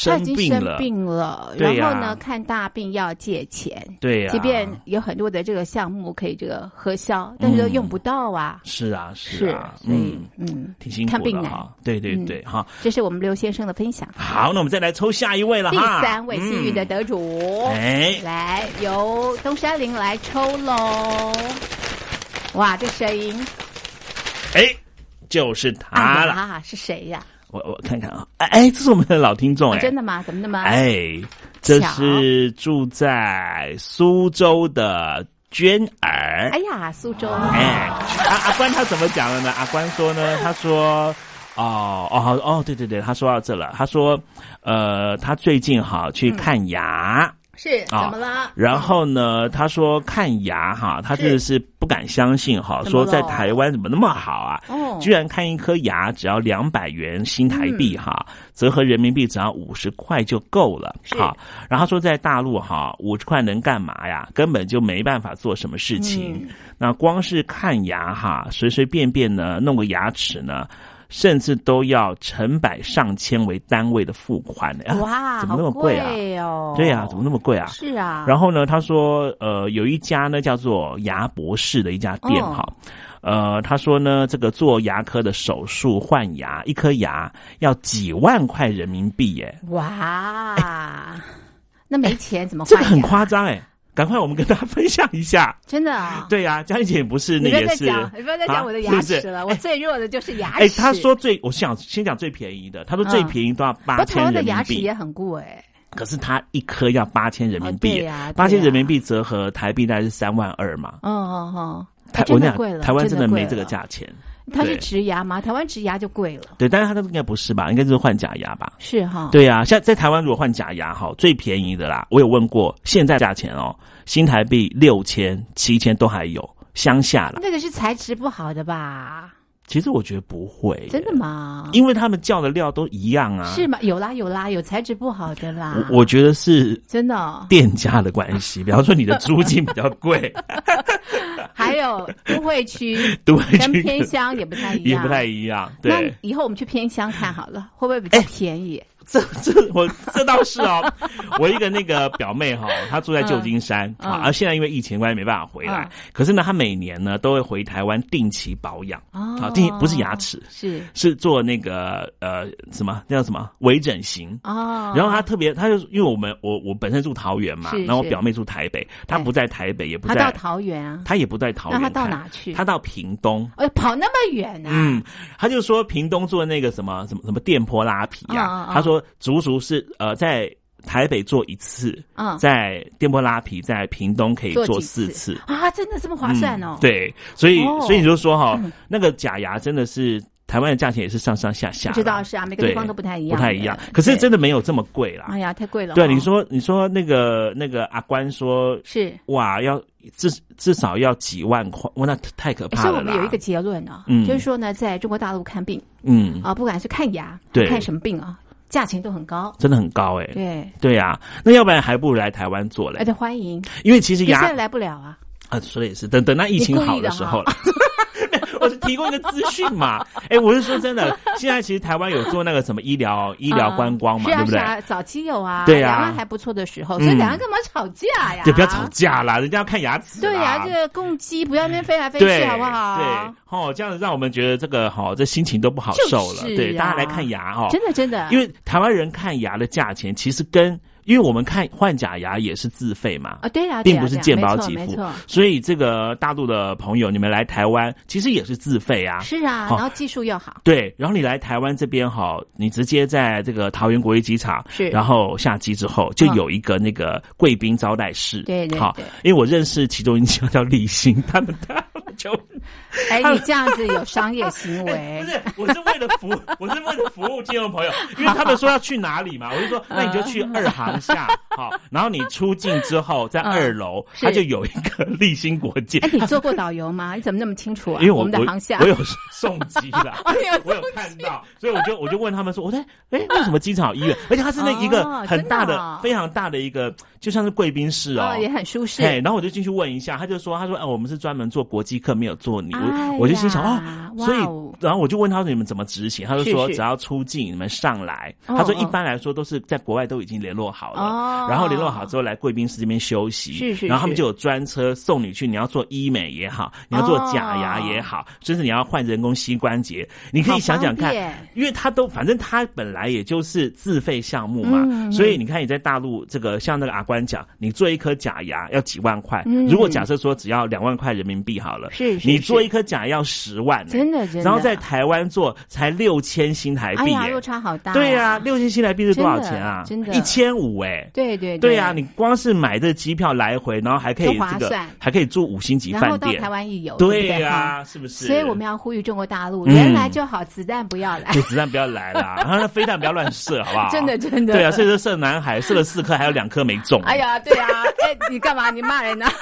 Speaker 3: 他
Speaker 8: 生
Speaker 3: 已经
Speaker 8: 病
Speaker 3: 生
Speaker 8: 了，
Speaker 3: 病了，
Speaker 8: 对
Speaker 3: 然后
Speaker 8: 呀
Speaker 3: 呢，看大病要借钱，
Speaker 8: 对呀、
Speaker 3: 即便有很多的这个项目可以这个核销，但是都用不到啊。
Speaker 8: 是啊，
Speaker 3: 是
Speaker 8: 啊，，
Speaker 3: 所以嗯，
Speaker 8: 挺辛
Speaker 3: 看
Speaker 8: 苦
Speaker 3: 病
Speaker 8: 的
Speaker 3: 难
Speaker 8: 哈。对对
Speaker 3: 嗯
Speaker 8: 对，哈。
Speaker 3: 这是我们刘先生的分享。
Speaker 8: 好，那我们再来抽下一位了
Speaker 3: 第
Speaker 8: 啊哈。
Speaker 3: 三位幸运的得主，
Speaker 8: 嗯哎，
Speaker 3: 来由东山林来抽喽！哇，这声音
Speaker 8: 哎，就是他
Speaker 3: 哎
Speaker 8: 了。
Speaker 3: 呀，是谁呀？
Speaker 8: 我我看看啊，哎哎，这是我们的老听众
Speaker 3: 哦
Speaker 8: 哎、
Speaker 3: 真的吗？怎么那么
Speaker 8: 哎，这是住在苏州的娟儿
Speaker 3: 哎。呀，苏州，
Speaker 8: 哎，阿阿关他怎么讲了呢？阿关说呢，他说。哦哦好哦，对对对，他说到这了。他说，呃，他最近哈
Speaker 3: 嗯
Speaker 8: 去看牙，
Speaker 3: 是怎
Speaker 8: 啊
Speaker 3: 么了？
Speaker 8: 然后呢，他说看牙哈，他真的是不敢相信哈，
Speaker 3: 怎么
Speaker 8: 说
Speaker 3: 了
Speaker 8: 在台湾怎么那么好啊？
Speaker 3: 哦
Speaker 8: 居然看一颗牙只要两百元新台币哈，
Speaker 3: 嗯
Speaker 8: 折合人民币只要五十块就够了
Speaker 3: 是
Speaker 8: 哈。然后他说在大陆哈，五十块能干嘛呀？根本就没办法做什么事情。
Speaker 3: 嗯
Speaker 8: 那光是看牙哈，随随便便呢弄个牙齿呢。甚至都要成百上千为单位的付款呢、啊
Speaker 3: 哇，
Speaker 8: 怎么那么
Speaker 3: 好
Speaker 8: 贵啊？
Speaker 3: 哦？
Speaker 8: 对呀、怎么那么贵啊？
Speaker 3: 是啊，
Speaker 8: 然后呢，他说，呃，有一家呢叫做牙博士的一家店
Speaker 3: 哦
Speaker 8: 哈、呃，他说呢，这个做牙科的手术换牙，一颗牙要几万块人民币耶，
Speaker 3: 哇，那没钱怎么
Speaker 8: 哎这
Speaker 3: 换
Speaker 8: 个
Speaker 3: 呀？
Speaker 8: 很夸张哎，赶快我们跟大家分享一下。
Speaker 3: 真的啊！
Speaker 8: 对呀、江怡姐不是那
Speaker 3: 你不要
Speaker 8: 也
Speaker 3: 再
Speaker 8: 是，
Speaker 3: 讲，你不要再
Speaker 8: 啊
Speaker 3: 讲我的牙齿
Speaker 8: 是不是
Speaker 3: 了，我最弱的就是牙齿。
Speaker 8: 哎，他说最，我想先讲最便宜的，他说最
Speaker 3: 嗯
Speaker 8: 便宜都要
Speaker 3: 不
Speaker 8: 八
Speaker 3: 过台
Speaker 8: 千
Speaker 3: 湾的
Speaker 8: 人民
Speaker 3: 牙齿
Speaker 8: 币
Speaker 3: 也，很贵，
Speaker 8: 可是他一颗要八千人民
Speaker 3: 哦
Speaker 8: 币
Speaker 3: 对呀，
Speaker 8: 八千
Speaker 3: 对呀
Speaker 8: 人民币折合台币大概是三万二嘛。
Speaker 3: 嗯嗯嗯，
Speaker 8: 台
Speaker 3: 哎
Speaker 8: 我
Speaker 3: 真
Speaker 8: 跟
Speaker 3: 的
Speaker 8: 你
Speaker 3: 贵了，
Speaker 8: 讲，台湾真的
Speaker 3: 贵
Speaker 8: 没这个
Speaker 3: 了。
Speaker 8: 价钱。
Speaker 3: 它是
Speaker 8: 对
Speaker 3: 植牙吗？台湾植牙就贵了，
Speaker 8: 对，但是他那个应该不是吧？应该就是换假牙吧？
Speaker 3: 是哈？，
Speaker 8: 对呀、像在台湾如果换假牙哈，最便宜的啦，我有问过，现在价钱哦，新台币六千、七千都还有，乡下啦。
Speaker 3: 那个是材质不好的吧？
Speaker 8: 其实我觉得不会，
Speaker 3: 真的？吗？
Speaker 8: 因为他们叫的料都一样啊。
Speaker 3: 是吗？有啦有啦，有材质不好的啦。
Speaker 8: 我我觉得是
Speaker 3: 真 的哦、
Speaker 8: 店家的关系，比方说你的租金比较 贵，
Speaker 3: 还有都会区
Speaker 8: 都会区
Speaker 3: 跟偏乡也不太一
Speaker 8: 也
Speaker 3: 样，
Speaker 8: 不太一样。
Speaker 3: 哎那
Speaker 8: 对，哎
Speaker 3: 以后我们去偏乡看好了，会不会比较便宜？
Speaker 8: 这这 我这倒是哦，我一个那个表妹哈、她住在旧金山、
Speaker 3: 嗯
Speaker 8: 啊，
Speaker 3: 嗯
Speaker 8: 而现在因为疫情关系没办法回来，
Speaker 3: 嗯
Speaker 8: 可是呢，她每年呢都会回台湾定期保养、
Speaker 3: 哦
Speaker 8: 啊，定期不是牙齿，
Speaker 3: 是
Speaker 8: 是做那个呃什么那叫什么微整形。
Speaker 3: 哦，
Speaker 8: 然后她特别，她就因为我们我我本身住桃园嘛
Speaker 3: 是，
Speaker 8: 然后我
Speaker 3: 是
Speaker 8: 表妹住台北，她不在台北，也不
Speaker 3: 他到
Speaker 8: 在，
Speaker 3: 桃园啊，
Speaker 8: 她也不在桃
Speaker 3: 那
Speaker 8: 园
Speaker 3: 她
Speaker 8: 看，
Speaker 3: 到哪去
Speaker 8: 她到屏东，
Speaker 3: 哎，跑那么远啊？
Speaker 8: 嗯，他就说屏东做那个什么什么什么电波拉皮
Speaker 3: 嗯
Speaker 8: 啊
Speaker 3: 嗯，嗯
Speaker 8: 他说足足是呃在台北做一次，
Speaker 3: 嗯
Speaker 8: 在电波拉皮在屏东可以
Speaker 3: 做
Speaker 8: 做
Speaker 3: 几
Speaker 8: 四
Speaker 3: 次
Speaker 8: 次。
Speaker 3: 啊，真的这么划
Speaker 8: 嗯
Speaker 3: 算哦？，
Speaker 8: 对，所以
Speaker 3: 哦
Speaker 8: 所以你就说哈，那个假牙真的是台湾的价钱也是上上下下啦，
Speaker 3: 知道是啊，每个地
Speaker 8: 对
Speaker 3: 方都不太一
Speaker 8: 不
Speaker 3: 样，
Speaker 8: 太一样。可是
Speaker 3: 对
Speaker 8: 真的没有这么贵啦
Speaker 3: 哎。呀，太贵了哦。
Speaker 8: 对，你说你说那个那个阿关说，
Speaker 3: 是，
Speaker 8: 哇，要至至少要几万块，哇，那太可怕
Speaker 3: 所以
Speaker 8: 了
Speaker 3: 我
Speaker 8: 啦。
Speaker 3: 们有一个结论啊，
Speaker 8: 嗯
Speaker 3: 就是说呢，在中国大陆看病
Speaker 8: 嗯，
Speaker 3: 啊，不管是看牙，
Speaker 8: 对
Speaker 3: 看什么病啊，价钱都很高。
Speaker 8: 真的很高哎。
Speaker 3: 对，
Speaker 8: 对呀、那要不然还不如来台湾做
Speaker 3: 而
Speaker 8: 嘞
Speaker 3: 且，欢迎，
Speaker 8: 因为其实
Speaker 3: 你现在
Speaker 8: 牙
Speaker 3: 来不了啊。
Speaker 8: 啊，说的也是，等等那疫情好时候了。 我是提供一个资讯 嘛，哎，我是说真的，现在其实台湾有做那个什么医疗医疗观光嘛，
Speaker 3: 是啊
Speaker 8: 对不对？
Speaker 3: 是啊，早期有啊，
Speaker 8: 对啊
Speaker 3: 两岸还不错的时候，所以
Speaker 8: 嗯
Speaker 3: 两岸干嘛吵架呀？
Speaker 8: 就不要吵。架啦，人家要看牙齿啦。啊
Speaker 3: 对呀，这个公鸡不要那边飞来飞去，
Speaker 8: 对，
Speaker 3: 好不好
Speaker 8: 对？，哦，这样子让我们觉得这个好，这心情都不好
Speaker 3: 就是
Speaker 8: 受了。对，
Speaker 3: 啊
Speaker 8: 大家来看牙哦，
Speaker 3: 真的啊真的，
Speaker 8: 因为台湾人看牙的价钱其实跟，因为我们看换假牙也是自费嘛，
Speaker 3: 啊，对呀，对
Speaker 8: 并
Speaker 3: 呀
Speaker 8: 不是
Speaker 3: 对呀
Speaker 8: 健保给
Speaker 3: 没错没
Speaker 8: 付
Speaker 3: 错，
Speaker 8: 所以这个大陆的朋友，你们来台湾其实也是自费啊。
Speaker 3: 是啊，
Speaker 8: 好
Speaker 3: 然后技术又 好，
Speaker 8: 对，然后你来台湾这边哈，你直接在这个桃园国际机场，
Speaker 3: 是
Speaker 8: 然后下机之后就有一个那个贵宾招待室，
Speaker 3: 对对
Speaker 8: 好
Speaker 3: 对，
Speaker 8: 因为我认识其中一家叫立新，他们他们求
Speaker 3: 哎，你这样子有商业行 为
Speaker 8: 哎不，是，我是为了服， 我是为了服务金融朋友，因为他们说要去哪里嘛，我就说那你就去二航下，好，然后你出境之后在二楼，
Speaker 3: 嗯是
Speaker 8: 它就有一个立新国际
Speaker 3: 哎，，你做过导游吗？ 你怎么那么清楚啊？
Speaker 8: 因为我
Speaker 3: 们的
Speaker 8: 我
Speaker 3: 航厦
Speaker 8: 我有送机啦
Speaker 3: 哦你有，
Speaker 8: 我有看到，所以我就我就问他们说，我在哎为什么机场有医院？而且它是那一个
Speaker 3: 哦
Speaker 8: 很大
Speaker 3: 真的哦
Speaker 8: 的、非常大的一个，就像是贵宾室哦
Speaker 3: 哦，，也很舒
Speaker 8: 哎，
Speaker 3: 适。
Speaker 8: 然后我就进去问一下，他就说，他说，哎，我们是专门做国际课，没有做你。
Speaker 3: 哎
Speaker 8: 我我就心想，
Speaker 3: 呀
Speaker 8: 哦，所以
Speaker 3: 哇哦，
Speaker 8: 然后我就问他说，你们怎么执行？他就是说，
Speaker 3: 是
Speaker 8: 只要出境，你们上来。
Speaker 3: 哦
Speaker 8: 他说，
Speaker 3: 哦
Speaker 8: 一般来说都是在国外都已经联络好
Speaker 3: 哦
Speaker 8: 了，然后联络好之后来贵宾室这边休息，
Speaker 3: 是是
Speaker 8: 然后他们
Speaker 3: 是
Speaker 8: 就有专车送你去，你要做医美也好，你要做
Speaker 3: 哦
Speaker 8: 假牙也好，甚至你要换人工膝关节，你可
Speaker 3: 好
Speaker 8: 以想想
Speaker 3: 方
Speaker 8: 看
Speaker 3: 便，
Speaker 8: 因为他都反正他本来也就是自费项目嘛，
Speaker 3: 嗯
Speaker 8: 所以你看你在大陆这个像那个阿关讲，你做一颗假牙要几万块，
Speaker 3: 嗯
Speaker 8: 如果假设说只要两万块人民币好了，
Speaker 3: 是是
Speaker 8: 你
Speaker 3: 是
Speaker 8: 做一颗假牙要十万、欸，
Speaker 3: 真的真的
Speaker 8: 然后在台湾做才六千新台
Speaker 3: 哎
Speaker 8: 币、
Speaker 3: 呀，
Speaker 8: 欸，
Speaker 3: 落差好大。
Speaker 8: 对呀、，六千新台币是多少钱啊？
Speaker 3: 真的真的
Speaker 8: 一千五哎。
Speaker 3: 对对
Speaker 8: 对呀、你光是买这机票来回，然后还可以
Speaker 3: 就划
Speaker 8: 这个
Speaker 3: 算，
Speaker 8: 还可以住五星级
Speaker 3: 然后
Speaker 8: 饭
Speaker 3: 到
Speaker 8: 店，
Speaker 3: 台湾一游，
Speaker 8: 对
Speaker 3: 不
Speaker 8: 呀、
Speaker 3: 哈
Speaker 8: 是不是？
Speaker 3: 所以我们要呼吁中国大陆，
Speaker 8: 嗯
Speaker 3: 人来就好，子弹不要来
Speaker 8: 对。子弹不要来啦， 然后飞弹不要乱射，好不好？
Speaker 3: 真的真的
Speaker 8: 对啊，所以说射南海射了四颗，还有两颗没中。 啊
Speaker 3: 哎，呀，对呀，哎，你干嘛？你骂人呢？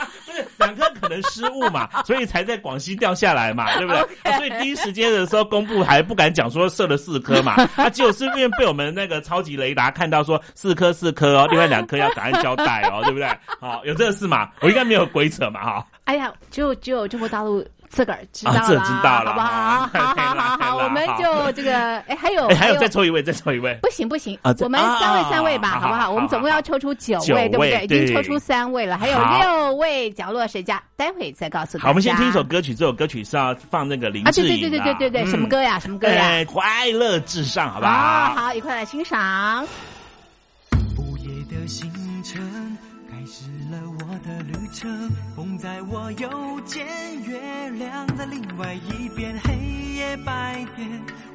Speaker 8: 不是两颗可能失误嘛，所以才在广西掉下来嘛，对不对
Speaker 3: OK
Speaker 8: 啊所以第一时间的时候公布还不敢讲说射了四颗 嘛，啊，只有是因为被我们那个超级雷达看到说四颗四颗哦，另外两颗要赶快交代 哦，对不对？好，有这个事嘛？我应该没有鬼扯嘛哈。
Speaker 3: 哎呀，只有只有中国大陆自个儿知道
Speaker 8: 啊自个儿知道
Speaker 3: 好
Speaker 8: 啦
Speaker 3: 不 好？
Speaker 8: 哦
Speaker 3: 好好好好，
Speaker 8: 太啦
Speaker 3: 我们
Speaker 8: 好
Speaker 3: 就这个，哎，还有
Speaker 8: 哎，还有再抽一位，再抽一位。
Speaker 3: 不行不行
Speaker 8: 啊，这
Speaker 3: 我们三位三位吧，
Speaker 8: 啊
Speaker 3: 好不
Speaker 8: 好
Speaker 3: 好？
Speaker 8: 好
Speaker 3: 我们总共要抽出九位，对
Speaker 8: 九
Speaker 3: 不
Speaker 8: 位
Speaker 3: 对？已经
Speaker 8: 对
Speaker 3: 抽出三位了，还有
Speaker 8: 好
Speaker 3: 六位角落谁家，待会再告诉大家。
Speaker 8: 好，我们先听一首歌曲，这首歌曲是要放那个林
Speaker 3: 啊，
Speaker 8: 志
Speaker 3: 对对
Speaker 8: 颖
Speaker 3: 对对
Speaker 8: 的
Speaker 3: 对对对，什么？
Speaker 8: 嗯
Speaker 3: 歌呀？什么歌呀？
Speaker 8: 对，快乐至上，好不
Speaker 3: 啊
Speaker 8: 好？
Speaker 3: 好，一块来 欣赏。
Speaker 9: 午夜的星辰开始了我的旅程，风在我右肩，月亮在另外一边，黑夜白天，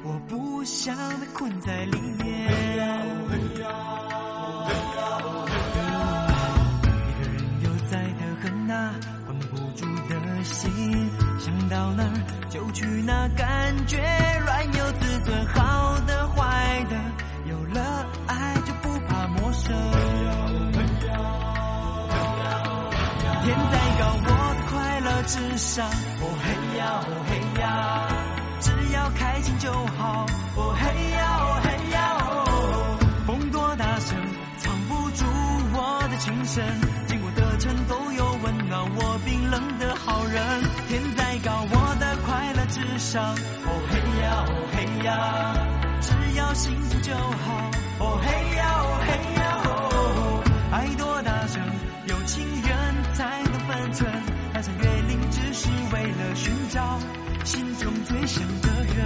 Speaker 9: 我不想被困在里面。一个人悠哉的很呐、管不住的心，想到哪儿就去哪儿，感觉软有自尊，好的坏的，有了爱就不怕陌生。天再高，我的快乐至上，哦嘿呀哦嘿呀，只要开心就好，哦嘿呀哦嘿呀哦。风多大声，藏不住我的情深。经过的城都有温暖我冰冷的好人。天再高，我的快乐至上。哦嘿呀，哦嘿呀，只要幸福就好。哦嘿呀，哦嘿呀，哦，爱多大声，有情人才懂分寸。翻山越岭只是为了寻找心中最想的人。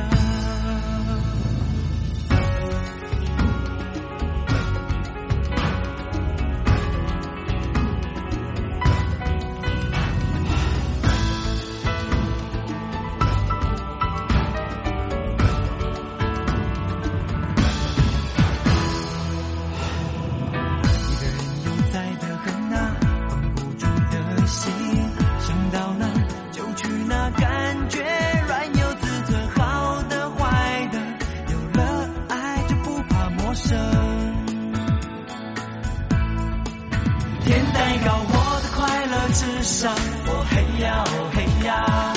Speaker 9: 一个人悠哉的很呐，管不住的心，想到哪儿就去哪儿，感觉软有自尊，好的坏的，有了爱就不怕陌生。天再高，我的快乐至上，哦嘿呀哦嘿呀，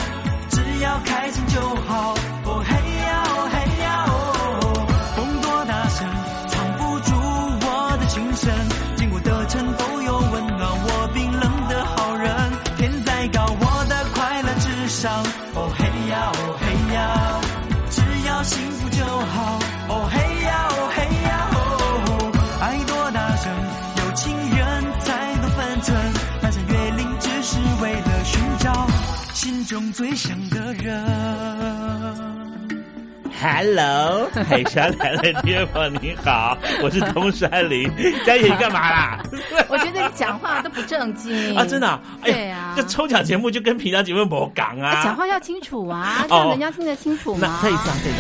Speaker 9: 只要开心就好，哦嘿呀哦嘿呀哦，风多大声，藏不住我的情深，经过的城都有温暖我冰冷的好人。天再高，我的快乐至上，哦嘿呀哦嘿呀，只要幸福就好，哦嘿呀哦嘿呀哦，爱多大声，有情人才懂分寸，翻山越岭只是为了寻找心中最想的人。
Speaker 8: Hello，海峡来了，爹婆你好，我是东山 林。佳姐，你干嘛啦？
Speaker 3: 我觉得你讲话都不正经
Speaker 8: 啊，真的、啊，哎呀
Speaker 3: 对呀
Speaker 8: 这抽奖节目就跟平常节目不讲
Speaker 3: 哎
Speaker 8: 啊。
Speaker 3: 讲话要清楚啊，啊
Speaker 8: 哦
Speaker 3: 让人家听得清楚
Speaker 8: 那
Speaker 3: 嘛。
Speaker 8: 可以这样，可以这样。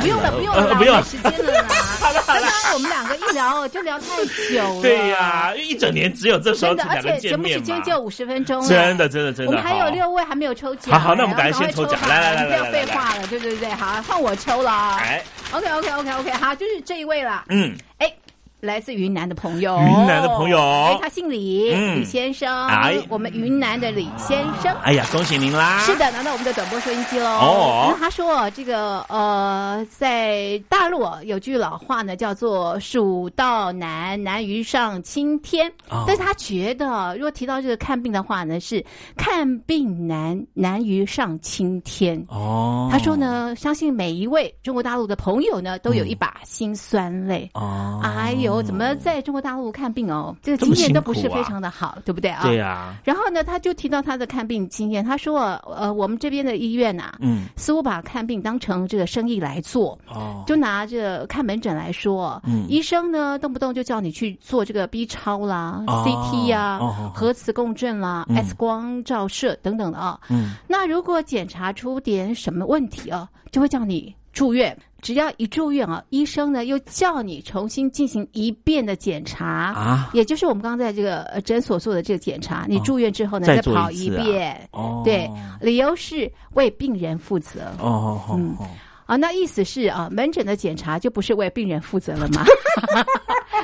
Speaker 3: 不用了，不用了啦，
Speaker 8: 啊呃不用
Speaker 3: 没时间了啦。
Speaker 8: 好了好
Speaker 3: 刚
Speaker 8: 了
Speaker 3: 刚我们两个一聊就聊太久了。
Speaker 8: 对呀、一整年只有这时候
Speaker 3: 真
Speaker 8: 这
Speaker 3: 的，而
Speaker 8: 两个
Speaker 3: 且节
Speaker 8: 见
Speaker 3: 目
Speaker 8: 面
Speaker 3: 时
Speaker 8: 嘛
Speaker 3: 间。就五十分钟了。
Speaker 8: 真的，真的，真的。
Speaker 3: 我们还有
Speaker 8: 好
Speaker 3: 六位还没有抽奖。
Speaker 8: 好好那我们赶
Speaker 3: 赶
Speaker 8: 快先抽奖
Speaker 3: 快
Speaker 8: 来来来
Speaker 3: 不要
Speaker 8: 来
Speaker 3: 废
Speaker 8: 来
Speaker 3: 话了，对对对，好，换我抽了啊。
Speaker 8: 哎，
Speaker 3: OK OK OK OK，好，就是这一位了。
Speaker 8: 嗯，
Speaker 3: 哎，来自云南的朋友，
Speaker 8: 云南的朋友
Speaker 3: 哎，他姓李，
Speaker 8: 嗯
Speaker 3: 李先生，
Speaker 8: 哎
Speaker 3: 我们云南的李先生。
Speaker 8: 哎呀，恭喜您啦！
Speaker 3: 是，的，拿到我们的短波收音机喽。
Speaker 8: 哦
Speaker 3: 那他说这个呃，在大陆有句老话呢，叫做“蜀道难，难于上青天”
Speaker 8: 哦
Speaker 3: 但是他觉得，如果提到这个看病的话呢，是“看病难，难于上青天”
Speaker 8: 哦，
Speaker 3: 他说，呢，相信每一位中国大陆的朋友呢，都有一
Speaker 8: 嗯
Speaker 3: 把辛酸泪。
Speaker 8: 哦，
Speaker 3: 哎呦，怎么在中国大陆看病哦？这个
Speaker 8: 这么
Speaker 3: 经验
Speaker 8: 辛
Speaker 3: 都不
Speaker 8: 苦
Speaker 3: 是
Speaker 8: 啊
Speaker 3: 非常的好，对不对啊？
Speaker 8: 对呀，
Speaker 3: 然后呢，他就提到他的看病经验，他说，呃，我们这边的医院呐、
Speaker 8: 嗯，
Speaker 3: 似乎把看病当成这个生意来做。
Speaker 8: 哦，
Speaker 3: 就拿着看门诊来说，
Speaker 8: 嗯
Speaker 3: 医生呢动不动就叫你去做这个 B 超啦、
Speaker 8: 哦
Speaker 3: CT 呀、
Speaker 8: 哦哦哦
Speaker 3: 核磁共振啦、
Speaker 8: 嗯
Speaker 3: X 光照射等等的啊。
Speaker 8: 嗯，
Speaker 3: 那如果检查出点什么问题啊，就会叫你住院。只要一住院啊，医生呢又叫你重新进行一遍的检查
Speaker 8: 啊，
Speaker 3: 也就是我们刚刚在这个呃诊所做的这个检查。你
Speaker 8: 哦
Speaker 3: 住院之后呢，
Speaker 8: 再
Speaker 3: 再
Speaker 8: 做
Speaker 3: 跑
Speaker 8: 一次啊
Speaker 3: 遍。
Speaker 8: 哦，
Speaker 3: 对
Speaker 8: 哦，
Speaker 3: 理由是为病人负责
Speaker 8: 哦，哦
Speaker 3: 嗯
Speaker 8: 哦，
Speaker 3: 啊，那意思是啊，门诊的检查就不是为病人负责了 吗？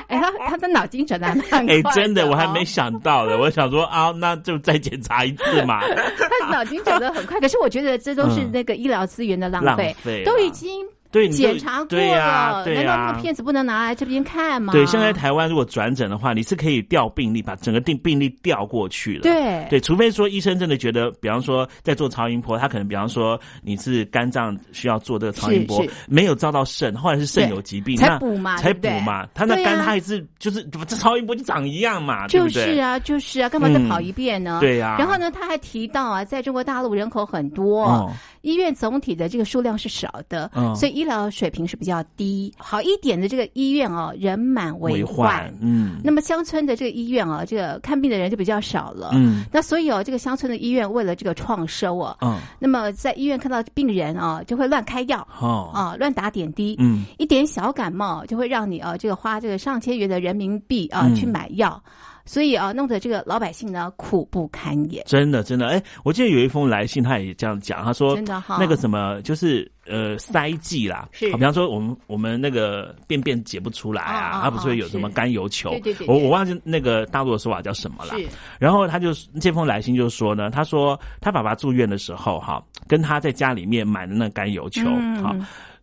Speaker 3: 哎，他他的脑筋转的蛮快
Speaker 8: 哎，真的，
Speaker 3: 哦
Speaker 8: 我还没想到的，我想说啊，那就再检查一次嘛。
Speaker 3: 他脑筋转的很快，可是我觉得这都是
Speaker 8: 嗯
Speaker 3: 那个医疗资源的浪
Speaker 8: 浪
Speaker 3: 费，
Speaker 8: 费
Speaker 3: 都
Speaker 8: 啦
Speaker 3: 已经
Speaker 8: 对，你就
Speaker 3: 检查过
Speaker 8: 对呀，
Speaker 3: 了，
Speaker 8: 对
Speaker 3: 难道那
Speaker 8: 呀
Speaker 3: 个。片子不能拿来这边看吗？
Speaker 8: 对，现在台湾如果转诊的话，你是可以调病历，把整个病病历调过去的。
Speaker 3: 对
Speaker 8: 对，除非说医生真的觉得，比方说在做超音波，他可能比方说你是肝脏需要做这个超音波
Speaker 3: 是是，
Speaker 8: 没有照到肾，后来是肾
Speaker 3: 对
Speaker 8: 有疾病，
Speaker 3: 才
Speaker 8: 那
Speaker 3: 补嘛
Speaker 8: 才
Speaker 3: 对不
Speaker 8: 补
Speaker 3: 对
Speaker 8: 嘛，他那
Speaker 3: 对
Speaker 8: 肝
Speaker 3: 啊
Speaker 8: 他还是就是这超音波就长一样嘛，对
Speaker 3: 就
Speaker 8: 不
Speaker 3: 是
Speaker 8: 对？
Speaker 3: 啊，就是啊，干嘛再跑一遍
Speaker 8: 嗯
Speaker 3: 呢？
Speaker 8: 对呀
Speaker 3: 然后呢，他还提到啊，在中国大陆人口很多，
Speaker 8: 哦
Speaker 3: 医院总体的这个数量是少的，
Speaker 8: 嗯
Speaker 3: 所以医疗水平是比较低。好一点的这个医院哦，人满为
Speaker 8: 为
Speaker 3: 患
Speaker 8: 患。，嗯
Speaker 3: 那么乡村的这个医院啊，这个看病的人就比较少了。
Speaker 8: 嗯
Speaker 3: 那所以哦，这个乡村的医院为了这个创收啊，
Speaker 8: 嗯
Speaker 3: 那么在医院看到病人啊，就会乱开药
Speaker 8: 哦
Speaker 3: 啊，乱打点滴。
Speaker 8: 嗯
Speaker 3: 一点小感冒就会让你啊，这个花这个上千元的人民币啊、
Speaker 8: 嗯
Speaker 3: 去买药，所以啊，弄得这个老百姓呢苦不堪言。
Speaker 8: 真的，真的，哎，我记得有一封来信，他也这样讲，他说
Speaker 3: 真的哈
Speaker 8: 那个什么，就是呃塞剂啦，
Speaker 3: 哦是
Speaker 8: 好比方说我们我们那个便便解不出来
Speaker 3: 哦哦
Speaker 8: 啊，他不是
Speaker 3: 哦
Speaker 8: 会有什么
Speaker 3: 是
Speaker 8: 甘油球
Speaker 3: 对对对，
Speaker 8: 我
Speaker 3: 对
Speaker 8: 我忘记那个大陆的说法叫什么了。
Speaker 3: 是
Speaker 8: 然后他就这封来信就说呢，他说他爸爸住院的时候哈，跟他在家里面买的那个甘油球
Speaker 3: 嗯
Speaker 8: 哈，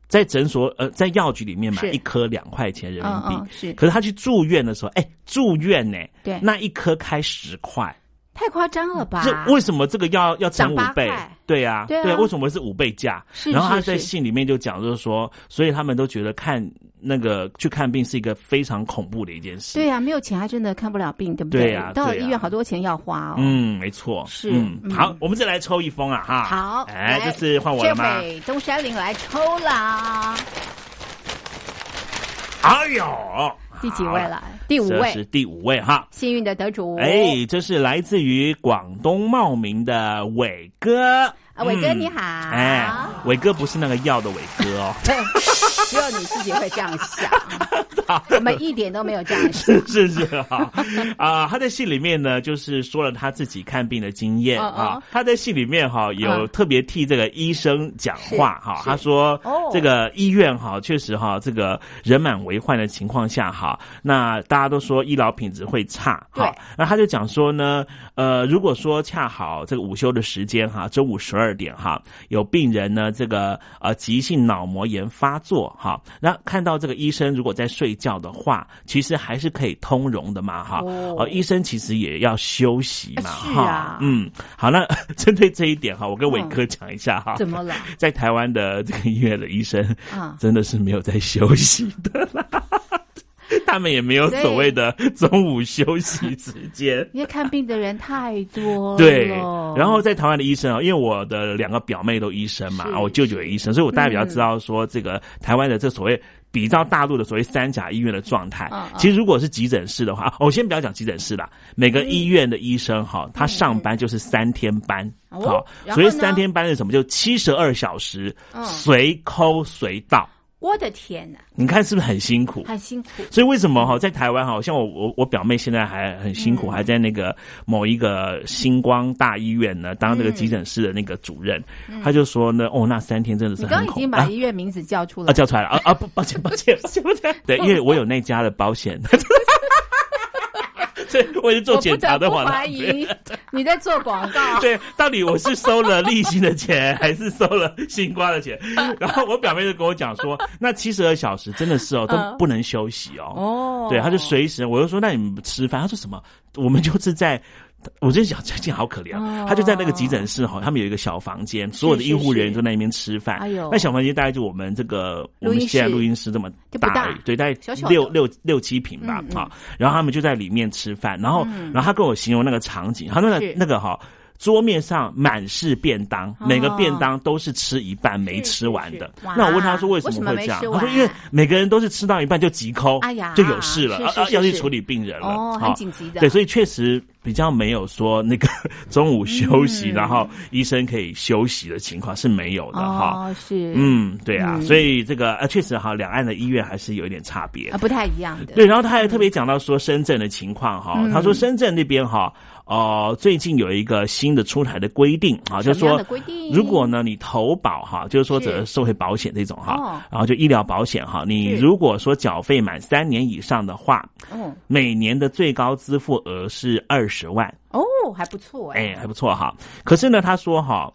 Speaker 8: 在诊所呃在药局里面买
Speaker 3: 是
Speaker 8: 一颗两块钱人民
Speaker 3: 嗯嗯
Speaker 8: 币，
Speaker 3: 是
Speaker 8: 可是他去住院的时候，哎，住院呢，
Speaker 3: 对
Speaker 8: 那一颗开十块。
Speaker 3: 太夸张了吧？
Speaker 8: 这为什么这个要要乘
Speaker 3: 涨
Speaker 8: 五
Speaker 3: 八
Speaker 8: 倍
Speaker 3: 块？
Speaker 8: 对呀、
Speaker 3: 对啊
Speaker 8: 为什么是五倍价？
Speaker 3: 是
Speaker 8: 然后他
Speaker 3: 是
Speaker 8: 在
Speaker 3: 是
Speaker 8: 信里面就讲，就是说，所以他们都觉得看那个去看病是一个非常恐怖的一件事。
Speaker 3: 对呀、没有钱还真的看不了病，对不
Speaker 8: 对呀
Speaker 3: 到了
Speaker 8: 对呀
Speaker 3: 医院好多钱要花哦。
Speaker 8: 嗯，没错，
Speaker 3: 是
Speaker 8: 嗯，
Speaker 3: 嗯
Speaker 8: 好，我们再来抽一封啊，哈，
Speaker 3: 好，
Speaker 8: 哎，
Speaker 3: 来
Speaker 8: 这次换我了吗
Speaker 3: 这？回东山林来抽啦，
Speaker 8: 哎呦，
Speaker 3: 第几位了
Speaker 8: 好？？
Speaker 3: 第五
Speaker 8: 这是
Speaker 3: 位，
Speaker 8: 第五位哈。
Speaker 3: 幸运的得主。
Speaker 8: 哎，这是来自于广东茂名的伟哥。
Speaker 3: 啊，伟哥
Speaker 8: 嗯
Speaker 3: 你好，
Speaker 8: 哎， 伟哥不是那个药的伟哥哦。
Speaker 3: 只有你自己会这样 想，我们一点都没有这样想。
Speaker 8: 是是是啊啊！他在戏里面呢，就是说了他自己看病的经验
Speaker 3: 嗯嗯
Speaker 8: 啊。他在戏里面哈，有
Speaker 3: 嗯
Speaker 8: 特别替这个医生讲话哈。
Speaker 3: 是
Speaker 8: 他说
Speaker 3: 哦，
Speaker 8: 这个医院哈，确实哈，这个人满为患的情况下哈，那大家都说医疗品质会差哈
Speaker 3: 对。
Speaker 8: 那他就讲说呢，呃，如果说恰好这个午休的时间哈，中午十二点哈，有病人呢这个呃急性脑膜炎发作哈，那看到这个医生如果在睡觉的话，其实还是可以通融的嘛哈。
Speaker 3: 哦
Speaker 8: 呃，医生其实也要休息嘛
Speaker 3: 是
Speaker 8: 哈。
Speaker 3: 啊
Speaker 8: 嗯，好，那 针对这一点哈，我跟伟哥讲一下哈。
Speaker 3: 嗯怎么了？
Speaker 8: 在台湾的这个医院的医生
Speaker 3: 啊
Speaker 8: 真的是没有在休息的啦。 他们也没有所谓的中午休息时间，
Speaker 3: 因为看病的人太多了。
Speaker 8: 对，
Speaker 3: 哦
Speaker 8: 然后在台湾的医生啊，因为我的两个表妹都医生嘛，
Speaker 3: 是
Speaker 8: 啊我舅舅也医生，所以我大概比较知道说这个台湾的这所谓。比较大陆的所谓三甲医院的状态
Speaker 3: 嗯，嗯
Speaker 8: 其实如果是急诊室的话，哦我先不要讲急诊室啦，每个医院的医生哈，他上班就是三天班，
Speaker 3: 哦
Speaker 8: 好，
Speaker 3: 然
Speaker 8: 所
Speaker 3: 后
Speaker 8: 以
Speaker 3: 呢
Speaker 8: 三天班是什么？就七十二小时
Speaker 3: 嗯，
Speaker 8: 随抠随到，
Speaker 3: 我的天哪，
Speaker 8: 你看是不是很辛苦？
Speaker 3: 很辛苦。
Speaker 8: 所以为什么哈，在台湾哈，像我我我表妹现在还很辛苦，
Speaker 3: 嗯
Speaker 8: 还在那个某一个星光大医院呢，当那个
Speaker 3: 嗯
Speaker 8: 急诊室的那个主任，他就说呢，哦，那三天真的是
Speaker 3: 你
Speaker 8: 很
Speaker 3: 刚刚已
Speaker 8: 恐
Speaker 3: 经
Speaker 8: 啊
Speaker 3: 把医院名字叫出来
Speaker 8: 啊，，叫出来了啊啊！不，抱 歉，抱歉，是不是？对，因为我有那家的保险， 所以我也
Speaker 3: 我
Speaker 8: 做
Speaker 3: 不
Speaker 8: 检查
Speaker 3: 得
Speaker 8: 的
Speaker 3: 不
Speaker 8: 话呢，
Speaker 3: 怀疑 你在做广 告。
Speaker 8: 对，到底我是收了利息的钱，还是收了新瓜的钱？然后我表妹就跟我讲说，那七十二小时真的是哦，都
Speaker 3: 嗯
Speaker 8: 不能休息哦。
Speaker 3: 哦，
Speaker 8: 对，他就随时，我就说那你们吃饭，他说什么？我们就是在。我真想，最近好可怜啊！
Speaker 3: 哦
Speaker 8: 他就在那个急诊室哈，他们有一个小房间，所有的医护人员都在那边吃饭。
Speaker 3: 哎呦
Speaker 8: 那小房间大概就我们这个我
Speaker 3: 录
Speaker 8: 们
Speaker 3: 音
Speaker 8: 现在
Speaker 3: 室
Speaker 8: 录音室这么
Speaker 3: 就不
Speaker 8: 大
Speaker 3: 大
Speaker 8: 而已，对，大概
Speaker 3: 小小的
Speaker 8: 六六六七平吧
Speaker 3: 嗯嗯嗯
Speaker 8: 啊。然后他们就在里面吃饭，然后然后他跟我形容那个场景，他那个
Speaker 3: 是
Speaker 8: 那个哈。桌面上满是便当，每个
Speaker 3: 哦
Speaker 8: 便当都是吃一半没
Speaker 3: 是
Speaker 8: 吃
Speaker 3: 是
Speaker 8: 完
Speaker 3: 是
Speaker 8: 的。
Speaker 3: 哇
Speaker 8: 那我问他说为
Speaker 3: 为什
Speaker 8: 什
Speaker 3: 么
Speaker 8: 么
Speaker 3: 没
Speaker 8: 会这样？
Speaker 3: 吃
Speaker 8: 他说
Speaker 3: 完
Speaker 8: 因为每个人都是吃到一半就急抠，
Speaker 3: 哎呀
Speaker 8: 就有事了，
Speaker 3: 是
Speaker 8: 啊
Speaker 3: 是
Speaker 8: 啊
Speaker 3: 是
Speaker 8: 要去
Speaker 3: 是
Speaker 8: 处理病人了。
Speaker 3: 哦，
Speaker 8: 啊
Speaker 3: 很紧急的。
Speaker 8: 对，所以确实比较没有说那个 中午休息，然后医生可以休息的情况是没有的哈。
Speaker 3: 嗯哦，是，
Speaker 8: 嗯，对啊，
Speaker 3: 嗯
Speaker 8: 所以这个呃，确实哈，两岸的医院还是有一点差别
Speaker 3: 啊，。不太一样的。
Speaker 8: 对，然后他还特别讲到说深圳的情况哈，
Speaker 3: 嗯
Speaker 8: 他说深圳那边哈，呃，最近有一个新的出台的规定啊，就是
Speaker 3: 什么样
Speaker 8: 说
Speaker 3: 的规定，
Speaker 8: 如果呢你投保哈，就是说
Speaker 3: 是
Speaker 8: 这个社会保险这种
Speaker 3: 哦
Speaker 8: 哈，然后就医疗保险哈，你
Speaker 3: 是
Speaker 8: 如果说缴费满三年以上的话，
Speaker 3: 嗯，
Speaker 8: 每年的最高支付额是二十万，
Speaker 3: 哦，还不错哎，
Speaker 8: 哎，还不错哈。可是呢，他说哈。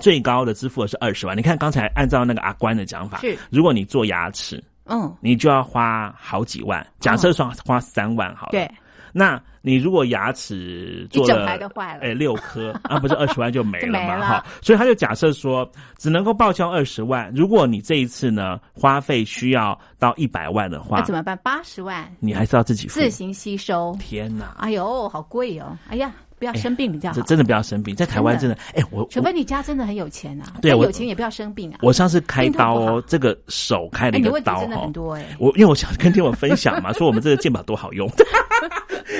Speaker 8: 最高的支付额是二十万，你看刚才按照那个阿关的讲法
Speaker 3: 是，
Speaker 8: 如果你做牙齿，
Speaker 3: 嗯，
Speaker 8: 你就要花好几万。假设说花三万好了，
Speaker 3: 对，
Speaker 8: 那你如果牙齿做
Speaker 3: 一整
Speaker 8: 了
Speaker 3: 排都坏了
Speaker 8: 哎，六 颗，那、不是二十万就没了
Speaker 3: 就没
Speaker 8: 嘛？
Speaker 3: 了
Speaker 8: 哈，所以他就假设说，只能够报销二十万。如果你这一次呢，花费需要到一百万的
Speaker 3: 那
Speaker 8: 话
Speaker 3: 怎，么办？八十万
Speaker 8: 你还是要自己付。
Speaker 3: 自行吸收，
Speaker 8: 天哪，
Speaker 3: 哎呦，好贵哦！哎呀，不要生病比较好
Speaker 8: 这，真的不要生病，在台湾真
Speaker 3: 真的
Speaker 8: 的，哎，我
Speaker 3: 除非你家真的很有钱啊，
Speaker 8: 对
Speaker 3: 但
Speaker 8: 我
Speaker 3: 有钱也不要生病啊。
Speaker 8: 我我上次开刀
Speaker 3: 病痛不好
Speaker 8: 哦，这个手开了
Speaker 3: 哎，
Speaker 8: 一
Speaker 3: 你
Speaker 8: 个
Speaker 3: 问题
Speaker 8: 刀
Speaker 3: 真的
Speaker 8: 哦
Speaker 3: 很，多哎，
Speaker 8: 我因为我想跟听我分享嘛，说我们这个健保多好用。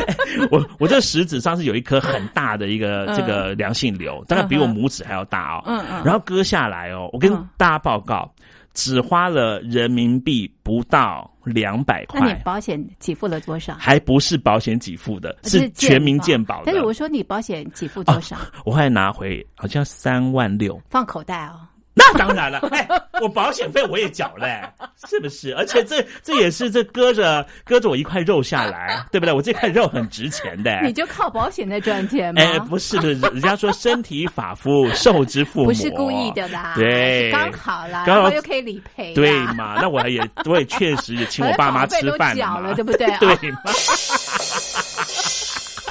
Speaker 8: 哎我我这食指上是有一颗很大的一个这个良性瘤，大概比我拇指还要大哦。
Speaker 3: 嗯嗯
Speaker 8: 然后割下来哦，我跟
Speaker 3: 嗯
Speaker 8: 大家报告，只花了人民币不到两百
Speaker 3: 那你
Speaker 8: 块，
Speaker 3: 保呃险给付了多少？
Speaker 8: 还不是保险给付的，
Speaker 3: 这
Speaker 8: 是全民健保的。哦
Speaker 3: 但是我说你保险给付多少？
Speaker 8: 我后来拿回好像三万六。
Speaker 3: 放口袋哦。
Speaker 8: 那 当然了，哎，我保险费我也缴 了、哎是不是？而且这这也是这割着割着我一块肉下来，对不对？我这块肉很值钱的、哎
Speaker 3: 你就靠保险在赚钱吗？
Speaker 8: 哎，不是的，人家说身体发肤受之父母，哦
Speaker 3: 不是故意的啦，
Speaker 8: 对
Speaker 3: 是刚好啦，
Speaker 8: 刚好
Speaker 3: 然后又可以理赔啊啦，
Speaker 8: 对嘛？那我还也我也确实也 请我爸妈吃饭
Speaker 3: 反正保费都
Speaker 8: 嘛
Speaker 3: 缴了对不对
Speaker 8: 对嘛。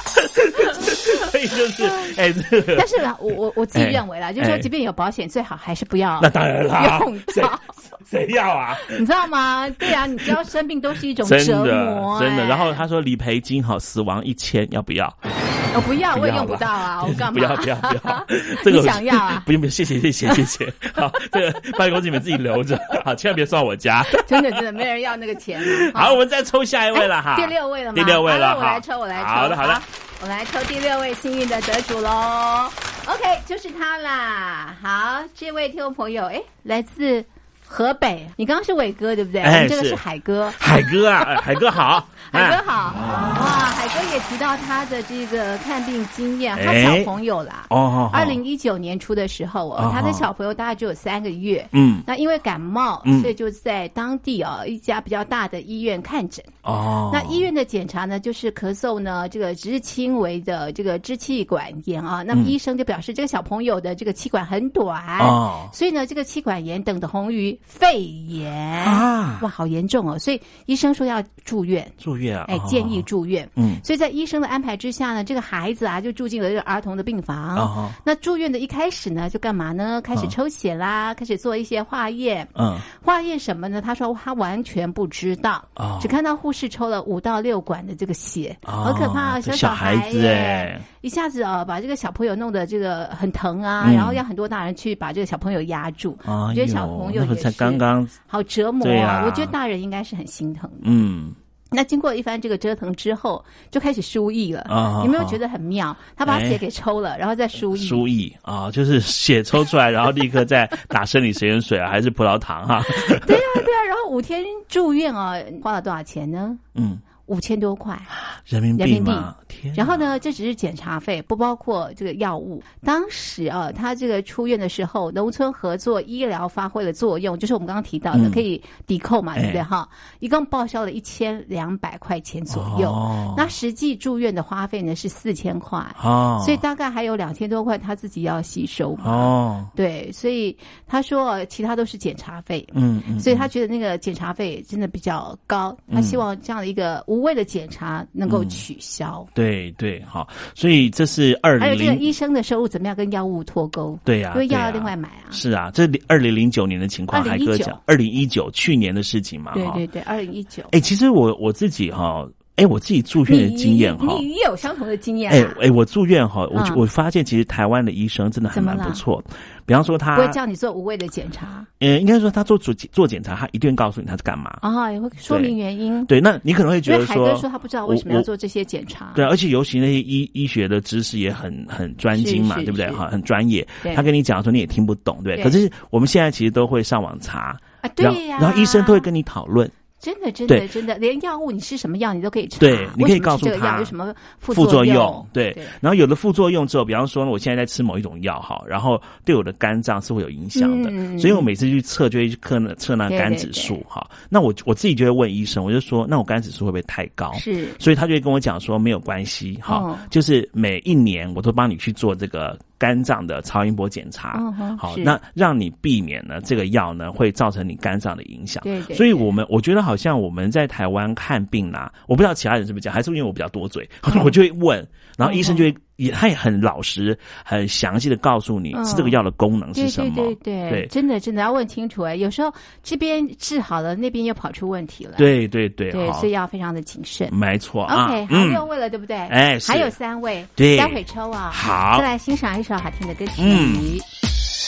Speaker 8: 所以就是，哎，这 个
Speaker 3: 但是啦我我我自己
Speaker 8: 哎
Speaker 3: 认为啦，就是说，
Speaker 8: 哎
Speaker 3: 即便有保险，最好还是不要
Speaker 8: 那当然啦
Speaker 3: 用，
Speaker 8: 谁
Speaker 3: 到，
Speaker 8: 谁要啊？
Speaker 3: 你知道吗？对啊，你知道生病都是一种
Speaker 8: 真
Speaker 3: 折
Speaker 8: 的
Speaker 3: 磨，
Speaker 8: 真的。
Speaker 3: 哎
Speaker 8: 然后他说理赔金哈，死亡一千，要不要？
Speaker 3: 我哦不要，我也
Speaker 8: 不要
Speaker 3: 用不
Speaker 8: 吧
Speaker 3: 到啊，我干嘛？
Speaker 8: 不要不要不 要，这个
Speaker 3: 你想 要啊
Speaker 8: 不用不用，谢谢谢谢谢谢。 好，这个办公室你们自己留着，好，千万别算我家。
Speaker 3: 真的真的没人要那个钱啊了。
Speaker 8: 好，我们再抽下一哎位了哈，
Speaker 3: 哎第六位了吗？
Speaker 8: 第六位
Speaker 3: 好
Speaker 8: 了
Speaker 3: 那我
Speaker 8: 哈
Speaker 3: 来抽，我来抽。
Speaker 8: 好的好的，，
Speaker 3: 我来抽第六位幸运的得主喽。OK，就是他啦。好，这位听众朋友，哎，来自河北，你刚刚是伟哥对不对？
Speaker 8: 哎
Speaker 3: 我们这个是
Speaker 8: 是
Speaker 3: 海哥。
Speaker 8: 海哥啊，哎海哥好，
Speaker 3: 海
Speaker 8: 哎
Speaker 3: 哥好，哇！海哥也提到他的这个看病经验，他
Speaker 8: 哎
Speaker 3: 小朋友啦，
Speaker 8: 哦，
Speaker 3: 二零一九年初的时候哦
Speaker 8: 哦，
Speaker 3: 他的小朋友大概只有三个月，
Speaker 8: 嗯
Speaker 3: 那因为感冒，
Speaker 8: 嗯
Speaker 3: 所以就在当地哦一家比较大的医院看诊。
Speaker 8: 哦，
Speaker 3: 那医院的检查呢，就是咳嗽呢，这个只是轻微的这个支气管炎啊。
Speaker 8: 嗯
Speaker 3: 那么医生就表示，这个小朋友的这个气管很短，
Speaker 8: 哦
Speaker 3: 所以呢，这个气管炎等同于肺炎
Speaker 8: 啊
Speaker 3: 哇，好严重哦！所以医生说要住院，
Speaker 8: 住院啊，
Speaker 3: 哎，
Speaker 8: 哦
Speaker 3: 建议，住院。
Speaker 8: 嗯
Speaker 3: 所以在医生的安排之下呢，这个孩子啊就住进了这个儿童的病房。
Speaker 8: 哦
Speaker 3: 那住院的一开始呢，就干嘛呢？开始抽血啦，开始做一些化验。
Speaker 8: 嗯，
Speaker 3: 化验什么呢？他说他完全不知道，
Speaker 8: 哦
Speaker 3: 只看到护士抽了五到六管的这个血，
Speaker 8: 哦
Speaker 3: 好可怕、哦，
Speaker 8: 这
Speaker 3: 小
Speaker 8: 小孩
Speaker 3: 孩
Speaker 8: 子
Speaker 3: 耶
Speaker 8: 哎
Speaker 3: 一下子哦把这个小朋友弄得这个很疼啊，
Speaker 8: 嗯
Speaker 3: 然后要很多大人去把这个小朋友压住，
Speaker 8: 哎
Speaker 3: 我觉得小朋
Speaker 8: 呦那
Speaker 3: 友也
Speaker 8: 不
Speaker 3: 是
Speaker 8: 才刚刚，
Speaker 3: 好折磨、
Speaker 8: 对啊
Speaker 3: 我觉得大人应该是很心疼的。
Speaker 8: 嗯，
Speaker 3: 那经过一番这个折腾之后，就开始书艺了。
Speaker 8: 啊哎
Speaker 3: 有没有觉得很妙？他把血给抽了，然后再输液。
Speaker 8: 输液啊，就是血抽出来，然后立刻再打生理食盐水啊，还是葡萄糖 哈、
Speaker 3: 对啊，对啊。然后五天住院啊，花了多少钱呢？
Speaker 8: 嗯，
Speaker 3: 五千多块。
Speaker 8: 人民
Speaker 3: 人
Speaker 8: 币
Speaker 3: 民币
Speaker 8: 嘛，天啊。
Speaker 3: 然后呢，这只是检查费，不包括这个药物。当时啊，他这个出院的时候，农村合作医疗发挥了作用，就是我们刚刚提到的，
Speaker 8: 嗯
Speaker 3: 可以抵扣嘛，
Speaker 8: 哎
Speaker 3: 对不对哈？一共报销了一千两百块钱左右。
Speaker 8: 哦
Speaker 3: 那实际住院的花费呢是四千块，
Speaker 8: 哦，
Speaker 3: 所以大概还有两千多块他自己要吸收嘛。
Speaker 8: 哦，
Speaker 3: 对，所以他说呃其他都是检查费。
Speaker 8: 嗯嗯，
Speaker 3: 所以他觉得那个检查费真的比较高，他希望这样的一个无谓的检查能够取消。
Speaker 8: 对对好，所以这是二
Speaker 3: 还有
Speaker 8: 零
Speaker 3: 这个医
Speaker 8: 零
Speaker 3: 生的收入怎么样跟药物脱钩？
Speaker 8: 对呀、
Speaker 3: 因为
Speaker 8: 对
Speaker 3: 药
Speaker 8: 呀
Speaker 3: 要另外买啊。
Speaker 8: 是啊，这二零零九年的情况，海哥
Speaker 3: 2019
Speaker 8: 讲二零一九去年的事情嘛，
Speaker 3: 对
Speaker 8: 哈
Speaker 3: 对对，二零一九。
Speaker 8: 啊哎，其实我我自己哈，哎，我自己住院的经验哈，
Speaker 3: 你你有相同的经验
Speaker 8: 哎
Speaker 3: 啊？
Speaker 8: 哎，我住院哈，我、
Speaker 3: 嗯
Speaker 8: 我发现其实台湾的医生真的还
Speaker 3: 怎么
Speaker 8: 蛮不
Speaker 3: 了
Speaker 8: 错，比方说他
Speaker 3: 不会叫你做无谓的检查
Speaker 8: 呃，应该说他做做做检查，他一定会告诉你他是干嘛。
Speaker 3: 啊，也会说明原因。
Speaker 8: 对，那你可能会
Speaker 3: 因
Speaker 8: 觉
Speaker 3: 为
Speaker 8: 得
Speaker 3: 海
Speaker 8: 说，
Speaker 3: 哥说他不知道为什么要
Speaker 8: 我
Speaker 3: 做这些检查。
Speaker 8: 对，啊而且尤其那些医医学的知识也很很专精嘛，
Speaker 3: 是是
Speaker 8: 对不对？
Speaker 3: 是
Speaker 8: 哈，很专业
Speaker 3: 对。
Speaker 8: 他跟你讲的时候你也听不懂，对不对？
Speaker 3: 对
Speaker 8: 可是我们现在其实都会上网查，
Speaker 3: 啊，
Speaker 8: 然后
Speaker 3: 对呀。
Speaker 8: 然后医生都会跟你讨论
Speaker 3: 真的真的
Speaker 8: 对
Speaker 3: 真的，连药物你吃什么药你都可以查。
Speaker 8: 对
Speaker 3: 为
Speaker 8: 你可以
Speaker 3: 什么
Speaker 8: 告
Speaker 3: 是
Speaker 8: 诉
Speaker 3: 这个药
Speaker 8: 他
Speaker 3: 有什么副
Speaker 8: 副作
Speaker 3: 用。
Speaker 8: 对。然后有了副作用之后，比方说呢我现在在吃某一种药哈，然后对我的肝脏是会有影响的，
Speaker 3: 嗯
Speaker 8: 所以我每次去测就会去测那测那
Speaker 3: 对
Speaker 8: 肝
Speaker 3: 对
Speaker 8: 指
Speaker 3: 对
Speaker 8: 数哈。那我我自己就会问医生，我就说，那我肝指数会不会太高？
Speaker 3: 是
Speaker 8: 所以他就会跟我讲说没有关系哈，
Speaker 3: 哦
Speaker 8: 就是每一年我都帮你去做这个肝脏的超音波检查，
Speaker 3: 嗯哼
Speaker 8: 好，
Speaker 3: 是
Speaker 8: 那让你避免呢这个药呢会造成你肝脏的影响。
Speaker 3: 对对
Speaker 8: 所以我们我觉得好像我们在台湾看病啦、我不知道其他人是不是这样，还是因为我比较多嘴，
Speaker 3: 嗯
Speaker 8: 我就会问，然后医生就会也他也很老实、很详细的告诉你
Speaker 3: 嗯
Speaker 8: 是这个药的功能
Speaker 3: 对
Speaker 8: 是什
Speaker 3: 对
Speaker 8: 么，
Speaker 3: 对对，
Speaker 8: 对
Speaker 3: 真的真的要问清楚哎，有时候这边治好了，那边又跑出问题了。
Speaker 8: 对对对
Speaker 3: 对，
Speaker 8: 好
Speaker 3: 所以，要非常的谨慎。
Speaker 8: 没错啊
Speaker 3: OK，还有六
Speaker 8: 嗯
Speaker 3: 位了，对不对？
Speaker 8: 哎是
Speaker 3: 还有三位，
Speaker 8: 对
Speaker 3: 待会抽啊。
Speaker 8: 好
Speaker 3: 再来欣赏一首好听的歌曲。
Speaker 8: 嗯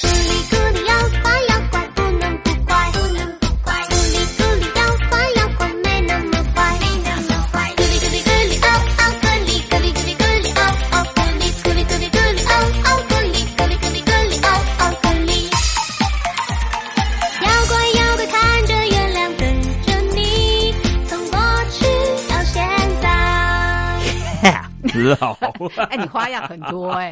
Speaker 10: 咕哩要发要乖，不能不乖，不能不乖。咕哩咕哩要发要乖，没那么乖，没那么乖。咕哩咕哩咕哩哦哦，咕哩咕哩咕哩咕哩哦哦，咕哩咕哩咕哩咕哩哦哦，咕哩咕哩咕哩咕哩哦哦，咕哩。摇滚摇滚，看着月亮，跟着你，从过去到现在。
Speaker 8: 老。
Speaker 3: 哎，你花样很多 哎。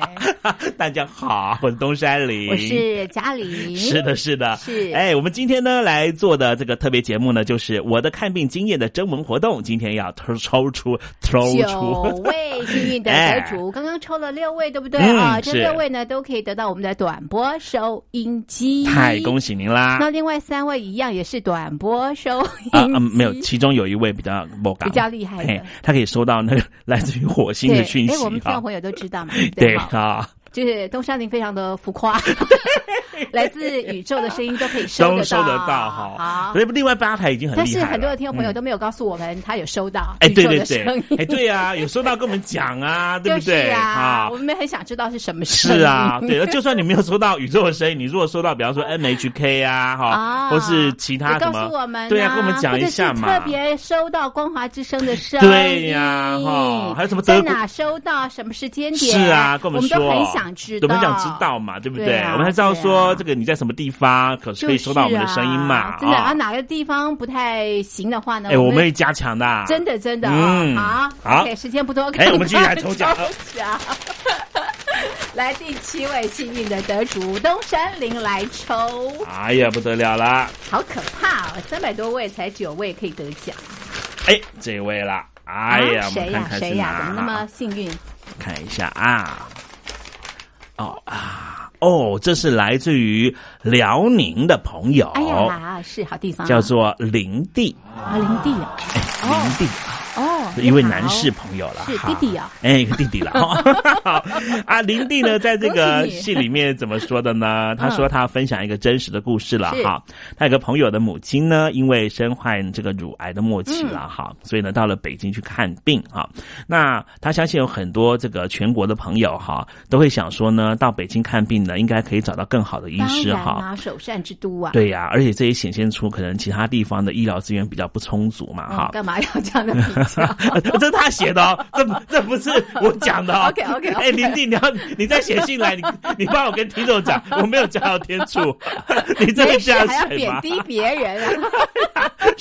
Speaker 8: 大家好，我是东山林，
Speaker 3: 我是嘉玲。
Speaker 8: 是。的，是的，
Speaker 3: 是
Speaker 8: 哎，我们今天呢来做的这个特别节目呢，就是我的看病经验的征文活动。今天要抽抽出抽
Speaker 3: 九
Speaker 8: 出，
Speaker 3: 位幸运的得主，刚刚抽了六位，对不对
Speaker 8: 嗯
Speaker 3: 啊？这
Speaker 8: 是
Speaker 3: 六位呢都可以得到我们的短波收音机。
Speaker 8: 太恭！喜您啦！
Speaker 3: 那另外三位一样也是短波收
Speaker 8: 啊
Speaker 3: 音机，
Speaker 8: 嗯，没有，其中有一位比较不敢
Speaker 3: 比较厉害的
Speaker 8: 嘿他可以收到那个 来自于火星
Speaker 3: 对，
Speaker 8: 的讯息
Speaker 3: 哎，我们听
Speaker 8: 啊
Speaker 3: 众朋友都知道嘛，
Speaker 8: 对
Speaker 3: 对哈
Speaker 8: 啊，
Speaker 3: 就是东山林非常的浮 夸，来自宇宙的声音都可以收
Speaker 8: 都
Speaker 3: 得
Speaker 8: 收得到
Speaker 3: 到
Speaker 8: 哈。
Speaker 3: 好
Speaker 8: 所以另外八台已经很厉害
Speaker 3: 但
Speaker 8: 了，
Speaker 3: 是很多的听众朋友
Speaker 8: 嗯
Speaker 3: 都没有告诉我们他有收到
Speaker 8: 哎，
Speaker 3: 宇
Speaker 8: 对
Speaker 3: 宙
Speaker 8: 对
Speaker 3: 的声
Speaker 8: 对，
Speaker 3: 音，
Speaker 8: 哎，对啊，有收到跟我们讲 啊，对
Speaker 3: 就
Speaker 8: 不
Speaker 3: 是
Speaker 8: 对
Speaker 3: 啊，我们很想知道是什么声音
Speaker 8: 是啊，对，就算你没有收到宇宙的声音，你如果收到，比方说 N H K 啊，哈，
Speaker 3: 啊，
Speaker 8: 或是其他
Speaker 3: 也
Speaker 8: 什
Speaker 3: 告
Speaker 8: 么
Speaker 3: 诉我们，
Speaker 8: 对啊，跟我们讲一下
Speaker 3: 或者是
Speaker 8: 嘛
Speaker 3: 特。别收到光华之声的声音，
Speaker 8: 对呀哈还有什么德
Speaker 3: 在
Speaker 8: 国
Speaker 3: 哪收到，什么时间点？
Speaker 8: 是啊，跟
Speaker 3: 我
Speaker 8: 们说，
Speaker 3: 都很想知
Speaker 8: 我
Speaker 3: 道，
Speaker 8: 们想知道嘛，对不
Speaker 3: 对啊
Speaker 8: 我们才知道
Speaker 3: 对
Speaker 8: 说
Speaker 3: 啊
Speaker 8: 这个你在什么地方，可
Speaker 3: 就是
Speaker 8: 可以收到我们的声音嘛
Speaker 3: 啊。真的
Speaker 8: 啊
Speaker 3: 啊，哪个地方不太行的话呢？
Speaker 8: 哎，我们会加强的啊。
Speaker 3: 真的真的
Speaker 8: 嗯
Speaker 3: 啊，好，
Speaker 8: 好
Speaker 3: OK，时间不多，
Speaker 8: 哎我们继续来抽奖
Speaker 3: 赶快抽奖 来第七位幸运的得主东山林来抽，
Speaker 8: 哎呀，不得了啦！
Speaker 3: 好可怕哦，三百多位才九位可以得奖，
Speaker 8: 哎，这位啦，哎呀，
Speaker 3: 啊
Speaker 8: 我们
Speaker 3: 谁
Speaker 8: 看
Speaker 3: 呀
Speaker 8: 看
Speaker 3: 谁
Speaker 8: 是
Speaker 3: 呀，
Speaker 8: 哪？啊
Speaker 3: 怎么那么幸运？
Speaker 8: 看一下啊，哦啊，哦，这是来自于辽宁的朋
Speaker 3: 哎
Speaker 8: 友，
Speaker 3: 哎呀，是好地方啊，
Speaker 8: 叫做林地，哎
Speaker 3: 啊林地啊，
Speaker 8: 林地，
Speaker 3: 哦，
Speaker 8: 一位男士朋友了，
Speaker 3: 是
Speaker 8: 哈
Speaker 3: 弟弟啊，
Speaker 8: 哎，一个弟弟了。 哈好啊，林弟呢，在这个
Speaker 3: 恭喜你嗯
Speaker 8: 戏里面怎么说的呢？他说他分享一个真实的故事了
Speaker 3: 是
Speaker 8: 哈。他有个朋友的母亲呢，因为身患这个乳癌的末期
Speaker 3: 嗯
Speaker 8: 了哈，所以呢到了北京去看病哈。那他相信有很多这个全国的朋友哈，都会想说呢，到北京看病呢，应该可以找到更好的医
Speaker 3: 当
Speaker 8: 师
Speaker 3: 然
Speaker 8: 哈。
Speaker 3: 啊，首善之都啊，
Speaker 8: 对呀、而且这也显现出可能其他地方的医疗资源比较不充足嘛，
Speaker 3: 嗯
Speaker 8: 哈、
Speaker 3: 干嘛要这样的比较？
Speaker 8: 这是他写的哦，这不这不是我讲的哦。
Speaker 3: OK，OK，OK
Speaker 8: 哎，林弟，你要你再写信来，你你帮我跟听众讲，我没有加到天 助， 你真的
Speaker 3: 没
Speaker 8: 这
Speaker 3: 事
Speaker 8: 样
Speaker 3: 还要
Speaker 8: 写吗
Speaker 3: 贬？低别人 啊，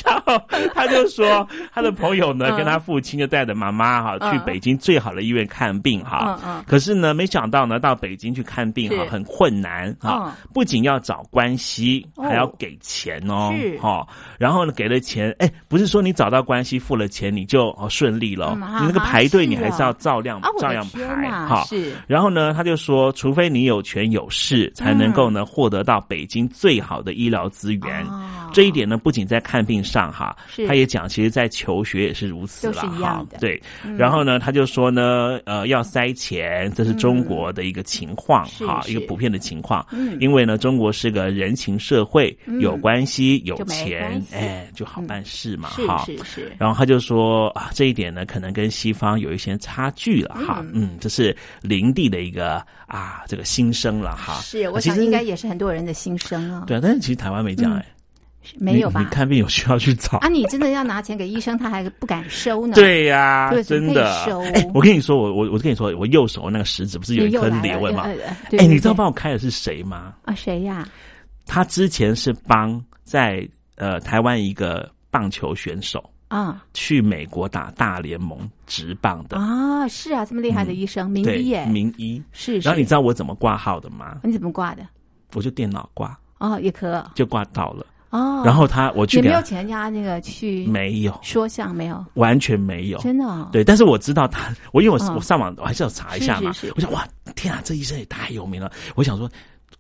Speaker 8: 然后他就 说，他的朋友呢，
Speaker 3: 嗯
Speaker 8: 跟他父亲就带着妈妈哈去
Speaker 3: 嗯
Speaker 8: 北京最好的医院看病哈
Speaker 3: 嗯。嗯
Speaker 8: 可是呢，没想到呢，到北京去看病哈
Speaker 3: 是嗯
Speaker 8: 很困难哈，不仅要找关系，
Speaker 3: 哦
Speaker 8: 还要给钱哦
Speaker 3: 是，
Speaker 8: 哈。然后呢，给了钱，哎，不是说你找到关系付了钱你就哦顺利了哦，
Speaker 3: 嗯哈
Speaker 8: 你那个
Speaker 3: 哈
Speaker 8: 排队
Speaker 3: 是
Speaker 8: 你还
Speaker 3: 哦
Speaker 8: 是要照亮
Speaker 3: 啊，我
Speaker 8: 照
Speaker 3: 的
Speaker 8: 样
Speaker 3: 天
Speaker 8: 排
Speaker 3: 呐
Speaker 8: 哈。
Speaker 3: 是
Speaker 8: 然后呢，他就说，除非你有权有势，才能够
Speaker 3: 嗯
Speaker 8: 呢获得到北京最好的医疗资源
Speaker 3: 哦。
Speaker 8: 这一点呢，不仅在看病上哈
Speaker 3: 是，
Speaker 8: 他也讲，其实在求学也是如此
Speaker 3: 都
Speaker 8: 啦
Speaker 3: 是一样
Speaker 8: 哈
Speaker 3: 的。
Speaker 8: 对
Speaker 3: 嗯，
Speaker 8: 然后呢，他就说呢，呃，要塞钱，这是中国的一个情况
Speaker 3: 嗯是
Speaker 8: 哈，一个
Speaker 3: 是
Speaker 8: 普遍的情况
Speaker 3: 嗯。
Speaker 8: 因为呢，中国是个人情社会，
Speaker 3: 嗯
Speaker 8: 有关系有
Speaker 3: 就没关
Speaker 8: 钱
Speaker 3: 系，嗯
Speaker 8: 哎，就好办事嘛
Speaker 3: 是
Speaker 8: 哈。
Speaker 3: 是是，
Speaker 8: 然后他就说啊，这一点呢，可能跟西方有一些差距了哈。
Speaker 3: 嗯
Speaker 8: 嗯，这是林地的一个啊，这个心声了哈。呃
Speaker 3: 是，我
Speaker 8: 其
Speaker 3: 想
Speaker 8: 实
Speaker 3: 应该也是很多人的心声啊，
Speaker 8: 对啊，但是其实台湾没这样哎、
Speaker 3: 没有
Speaker 8: 你
Speaker 3: 吧
Speaker 8: 你？看病有需要去找
Speaker 3: 啊，你真的要拿钱给医生，他还不敢收呢。
Speaker 8: 对呀、
Speaker 3: 对所以
Speaker 8: 真的
Speaker 3: 可以收。
Speaker 8: 哎我跟你说，我我我跟你说，我右手那个食指不是有
Speaker 3: 你
Speaker 8: 一
Speaker 3: 又
Speaker 8: 颗
Speaker 3: 来了，
Speaker 8: 裂纹吗？
Speaker 3: 呃
Speaker 8: 哎、
Speaker 3: 呃对对
Speaker 8: 你知道
Speaker 3: 对
Speaker 8: 帮我开的是谁吗？
Speaker 3: 啊？谁呀？
Speaker 8: 他之前是帮在呃台湾一个棒球选手
Speaker 3: 啊
Speaker 8: 去美国打大联盟职棒的，
Speaker 3: 啊，是啊，这么厉害的医生，
Speaker 8: 嗯
Speaker 3: 名
Speaker 8: 对
Speaker 3: 医耶，
Speaker 8: 名医。
Speaker 3: 是。
Speaker 8: 然后你
Speaker 3: 是
Speaker 8: 知道我怎么挂号的吗？
Speaker 3: 你怎么挂的？
Speaker 8: 我就电脑挂，
Speaker 3: 哦，也可
Speaker 8: 就挂到了。
Speaker 3: 哦。
Speaker 8: 然后他我去
Speaker 3: 也
Speaker 8: 给
Speaker 3: 没有
Speaker 8: 他，
Speaker 3: 请人家那个去
Speaker 8: 没有，
Speaker 3: 说相没有，
Speaker 8: 完全没有，
Speaker 3: 真的哦
Speaker 8: 对，但是我知道他，我因为我、
Speaker 3: 嗯
Speaker 8: 我上网我还是要查一下嘛，
Speaker 3: 是是是
Speaker 8: 我想哇，天啊，这医生也太有名了，我想说。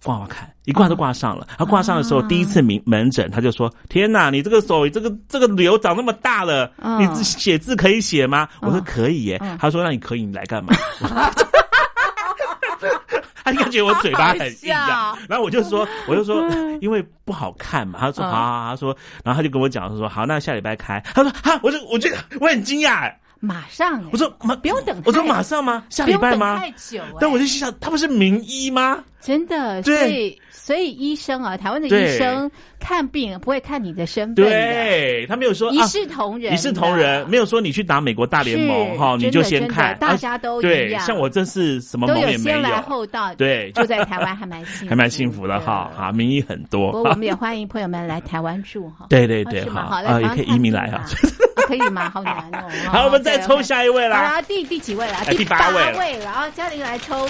Speaker 8: 挂挂看，一挂都挂上了。他挂上的时候，
Speaker 3: 啊
Speaker 8: 第一次门门诊，他就说：“天哪，你这个手，这个这个瘤长那么大了，
Speaker 3: 嗯
Speaker 8: 你字写字可以写吗？”我说：“
Speaker 3: 嗯
Speaker 8: 可以耶。
Speaker 3: 嗯
Speaker 8: 他说：“那你可以，你来干 嘛？”他应该觉得我嘴巴很硬
Speaker 3: 好
Speaker 8: 啊
Speaker 3: 好。
Speaker 8: 然后我就说，我就说，因为不好看嘛。他说
Speaker 3: 嗯
Speaker 8: 好好好，他说，然后他就跟我讲说，好，那下礼拜开。他说哈，我就我觉得我很惊讶，哎
Speaker 3: 马上哎
Speaker 8: 我说马
Speaker 3: 不用等太，
Speaker 8: 我说马上吗？下
Speaker 3: 不
Speaker 8: 礼
Speaker 3: 用
Speaker 8: 拜
Speaker 3: 等
Speaker 8: 吗
Speaker 3: 太？久哎，
Speaker 8: 但我就心想，他不是名医吗？
Speaker 3: 真的，所
Speaker 8: 对
Speaker 3: 以所以医生啊，台湾的医
Speaker 8: 对
Speaker 3: 生看病不会看你的身份的，
Speaker 8: 对他没有说
Speaker 3: 一
Speaker 8: 啊
Speaker 3: 视同仁的，
Speaker 8: 一视同仁，没有说你去打美国大联盟
Speaker 3: 是
Speaker 8: 哈，你
Speaker 3: 真的
Speaker 8: 就先
Speaker 3: 真的
Speaker 8: 看，
Speaker 3: 大
Speaker 8: 啊
Speaker 3: 家都一
Speaker 8: 对
Speaker 3: 样，
Speaker 8: 像我这是什么
Speaker 3: 都
Speaker 8: 梦
Speaker 3: 有
Speaker 8: 也没
Speaker 3: 先来
Speaker 8: 有，
Speaker 3: 后到，
Speaker 8: 对
Speaker 3: 住在台湾还蛮幸 福，
Speaker 8: 还蛮幸福的哈，啊，名医很
Speaker 3: 不
Speaker 8: 多
Speaker 3: 过。我们也欢迎朋友们来台湾住哈，
Speaker 8: 对对
Speaker 3: 啊
Speaker 8: 对
Speaker 3: 是吗？
Speaker 8: 哈
Speaker 3: 好，
Speaker 8: 啊
Speaker 3: 来台湾
Speaker 8: 也可以
Speaker 3: 看
Speaker 8: 移民
Speaker 3: 病
Speaker 8: 来
Speaker 3: 吧
Speaker 8: 啊
Speaker 3: 啊可以吗？好难哦。
Speaker 8: 好，我们再抽
Speaker 3: 下。
Speaker 8: 下一位
Speaker 3: 好
Speaker 8: 啦。
Speaker 3: 啦，第第几位了？
Speaker 8: 哎第八位了
Speaker 3: 位了啊！嘉玲来抽。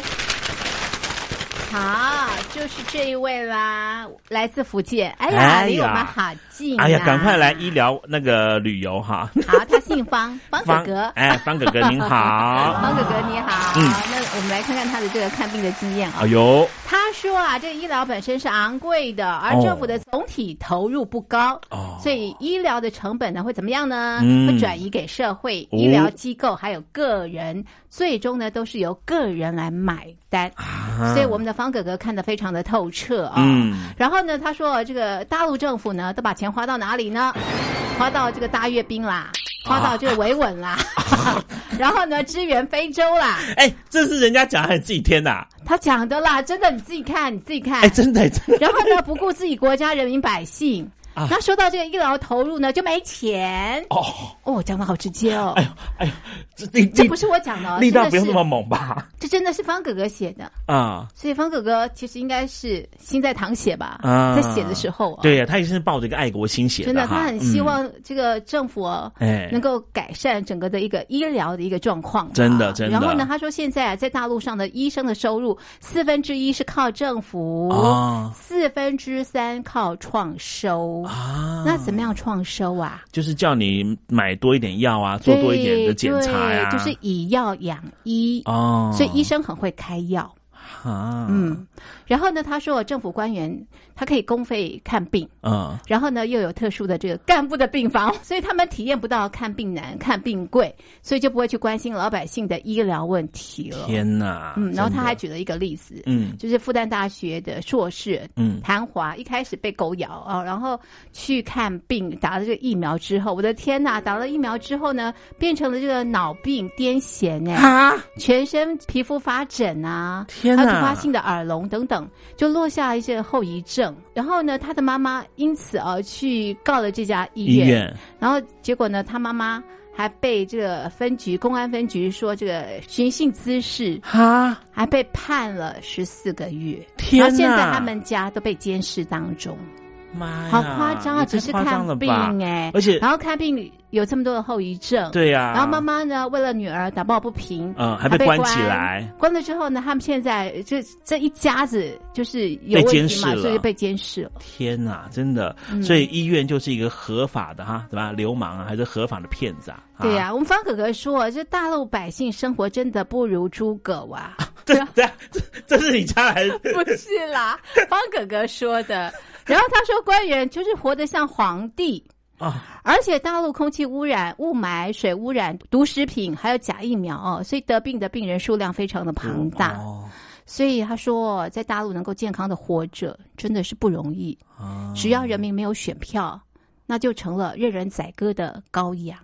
Speaker 3: 好，就是这一位啦，来自福建。哎呀，
Speaker 8: 哎呀
Speaker 3: 离我们好近、啊
Speaker 8: 哎呀，赶快来！医疗那个旅游哈。
Speaker 3: 好，他 姓方，方哥哥。
Speaker 8: 哎，方哥哥您好
Speaker 3: 方。哥哥你好。
Speaker 8: 嗯
Speaker 3: 那我们来看看他的这个看病的经验啊。
Speaker 8: 哎呦，
Speaker 3: 他说啊，这医疗本身是昂贵的，而
Speaker 8: 哦
Speaker 3: 政府的总体投入不高，
Speaker 8: 哦
Speaker 3: 所以医疗的成本呢会怎么样呢？
Speaker 8: 嗯
Speaker 3: 会转移给社会、
Speaker 8: 哦
Speaker 3: 医疗机构还有个人，最终呢都是由个人来买单。
Speaker 8: 啊
Speaker 3: 所以我们的方哥哥看得非常的透彻啊、
Speaker 8: 嗯
Speaker 3: 然后呢，他说这个大陆政府呢都把钱花到哪里呢？ 花到这个大阅兵啦，
Speaker 8: 啊
Speaker 3: 花到这个维稳 啦，然后呢支援非洲啦。
Speaker 8: 哎，这是人家讲还是自己添的？
Speaker 3: 他讲的啦，真的你自己看，你自己看。
Speaker 8: 哎，真的真的。
Speaker 3: 然后呢，不顾自己国家人民百姓。
Speaker 8: 啊
Speaker 3: 那说到这个医疗投入呢，就没钱
Speaker 8: 哦，
Speaker 3: 哦，讲的好直接哦，
Speaker 8: 哎呦哎呦，这你
Speaker 3: 这不是我讲的哦，
Speaker 8: 力道
Speaker 3: 真的
Speaker 8: 不用
Speaker 3: 是
Speaker 8: 那么，猛吧？
Speaker 3: 这真的是方哥哥写的，
Speaker 8: 啊
Speaker 3: 所以方哥哥其实应该是心在淌血吧，
Speaker 8: 啊，
Speaker 3: 在写的时候、哦，
Speaker 8: 对呀，他也是抱着一个爱国心写
Speaker 3: 真的，
Speaker 8: 哈
Speaker 3: 他很希。
Speaker 8: 嗯
Speaker 3: 望这个政府哦
Speaker 8: 哎
Speaker 3: 能够改善整个的一个医疗的一个状况吧。啊
Speaker 8: 真的真的
Speaker 3: 然后呢，他说现在啊，在大陆上的医生的收入四分之一是靠政府，
Speaker 8: 哦
Speaker 3: 四分之三靠创收。
Speaker 8: 啊，
Speaker 3: 那怎么样创收啊？
Speaker 8: 就是叫你买多一点药啊，做多一点的检查呀，
Speaker 3: 对对就是以药养医，
Speaker 8: 哦，
Speaker 3: 所以医生很会开药。
Speaker 8: 啊，
Speaker 3: 嗯，然后呢，他说政府官员他可以公费看病，
Speaker 8: 嗯，
Speaker 3: 然后呢又有特殊的这个干部的病房， 所以他们体验不到看病难、看病贵，所以就不会去关心老百姓的医疗问题了。
Speaker 8: 天哪！
Speaker 3: 嗯，然
Speaker 8: 啊
Speaker 3: 后
Speaker 8: 真
Speaker 3: 他
Speaker 8: 的
Speaker 3: 还举了一个例子，
Speaker 8: 嗯
Speaker 3: 就是复旦大学的硕士，
Speaker 8: 嗯
Speaker 3: 谭华一开始被狗咬啊、然后去看病，打了这个疫苗之后，我的天呐，打了疫苗之后呢，变成了这个脑病癫痫哎、
Speaker 8: 啊，
Speaker 3: 全身皮肤发疹啊，
Speaker 8: 天
Speaker 3: 还
Speaker 8: 哪
Speaker 3: 有突发性的耳聋等等，就落下一些后遗症。然后呢，他的妈妈因此而、去告了这家医院，
Speaker 8: 医院
Speaker 3: 然后结果呢，他妈妈。还被这个分局公安分局说这个寻衅滋事，
Speaker 8: 哈，
Speaker 3: 还被判了十四个月。
Speaker 8: 天
Speaker 3: 然后现在
Speaker 8: 哪哎
Speaker 3: 他们家都被监视当中，
Speaker 8: 妈呀
Speaker 3: 好夸张啊！
Speaker 8: 也
Speaker 3: 只
Speaker 8: 太
Speaker 3: 是
Speaker 8: 夸张了
Speaker 3: 看病
Speaker 8: 吧
Speaker 3: 哎、
Speaker 8: 而且
Speaker 3: 然后看病有这么多的后遗症，
Speaker 8: 对呀
Speaker 3: 然后妈妈呢，为了女儿打抱不平，
Speaker 8: 嗯还
Speaker 3: 被
Speaker 8: 被关起来
Speaker 3: 关了之后呢，他们现在这这一家子就是有
Speaker 8: 被
Speaker 3: 问
Speaker 8: 监
Speaker 3: 题
Speaker 8: 视
Speaker 3: 嘛，所以
Speaker 8: 了
Speaker 3: 被监视了。
Speaker 8: 天呐，真的，
Speaker 3: 嗯
Speaker 8: 所以医院就是一个合法的哈，怎么样流氓啊，还是合法的骗子啊？
Speaker 3: 对 呀、我们方可可说，这大陆百姓生活真的不如猪狗啊！
Speaker 8: 这是你家来
Speaker 3: 不是啦，方哥哥说的。然后他说，官员就是活得像皇帝
Speaker 8: 啊，
Speaker 3: 而且大陆空气污染、雾霾、水污染、毒食品还有假疫苗哦，所以得病的病人数量非常的庞大。
Speaker 8: 哦
Speaker 3: 所以他说，在大陆能够健康的活着真的是不容易。
Speaker 8: 啊
Speaker 3: 只要人民没有选票，那就成了任人宰割的羔羊。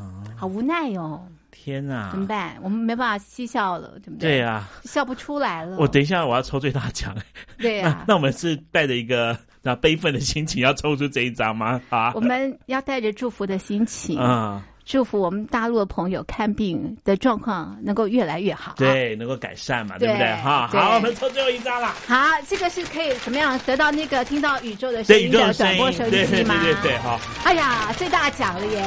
Speaker 8: 嗯
Speaker 3: 好无奈哦，
Speaker 8: 天呐，
Speaker 3: 怎么办？我们没办法嬉笑了，对不对？
Speaker 8: 对呀、
Speaker 3: 笑不出来了。
Speaker 8: 我等一下我要抽最大奖，
Speaker 3: 对啊呀、
Speaker 8: 那那我们是带着一个那悲愤的心情要抽出这一张吗？ 啊，
Speaker 3: 我们要带着祝福的心情，
Speaker 8: 啊，
Speaker 3: 祝福我们大陆的朋友看病的状况能够越来越好。
Speaker 8: 对，能够改善嘛，对不
Speaker 3: 对
Speaker 8: 对？哈，
Speaker 3: 对
Speaker 8: 好，我们抽最后一张啦。
Speaker 3: 好，这个是可以怎么样得到那个听到宇宙的声
Speaker 8: 对宇
Speaker 3: 音
Speaker 8: 宙
Speaker 3: 的
Speaker 8: 的声
Speaker 3: 转
Speaker 8: 音，
Speaker 3: 播收
Speaker 8: 对
Speaker 3: 音
Speaker 8: 对
Speaker 3: 机
Speaker 8: 对
Speaker 3: 吗？
Speaker 8: 对对，好。
Speaker 3: 哎呀，最大奖了耶！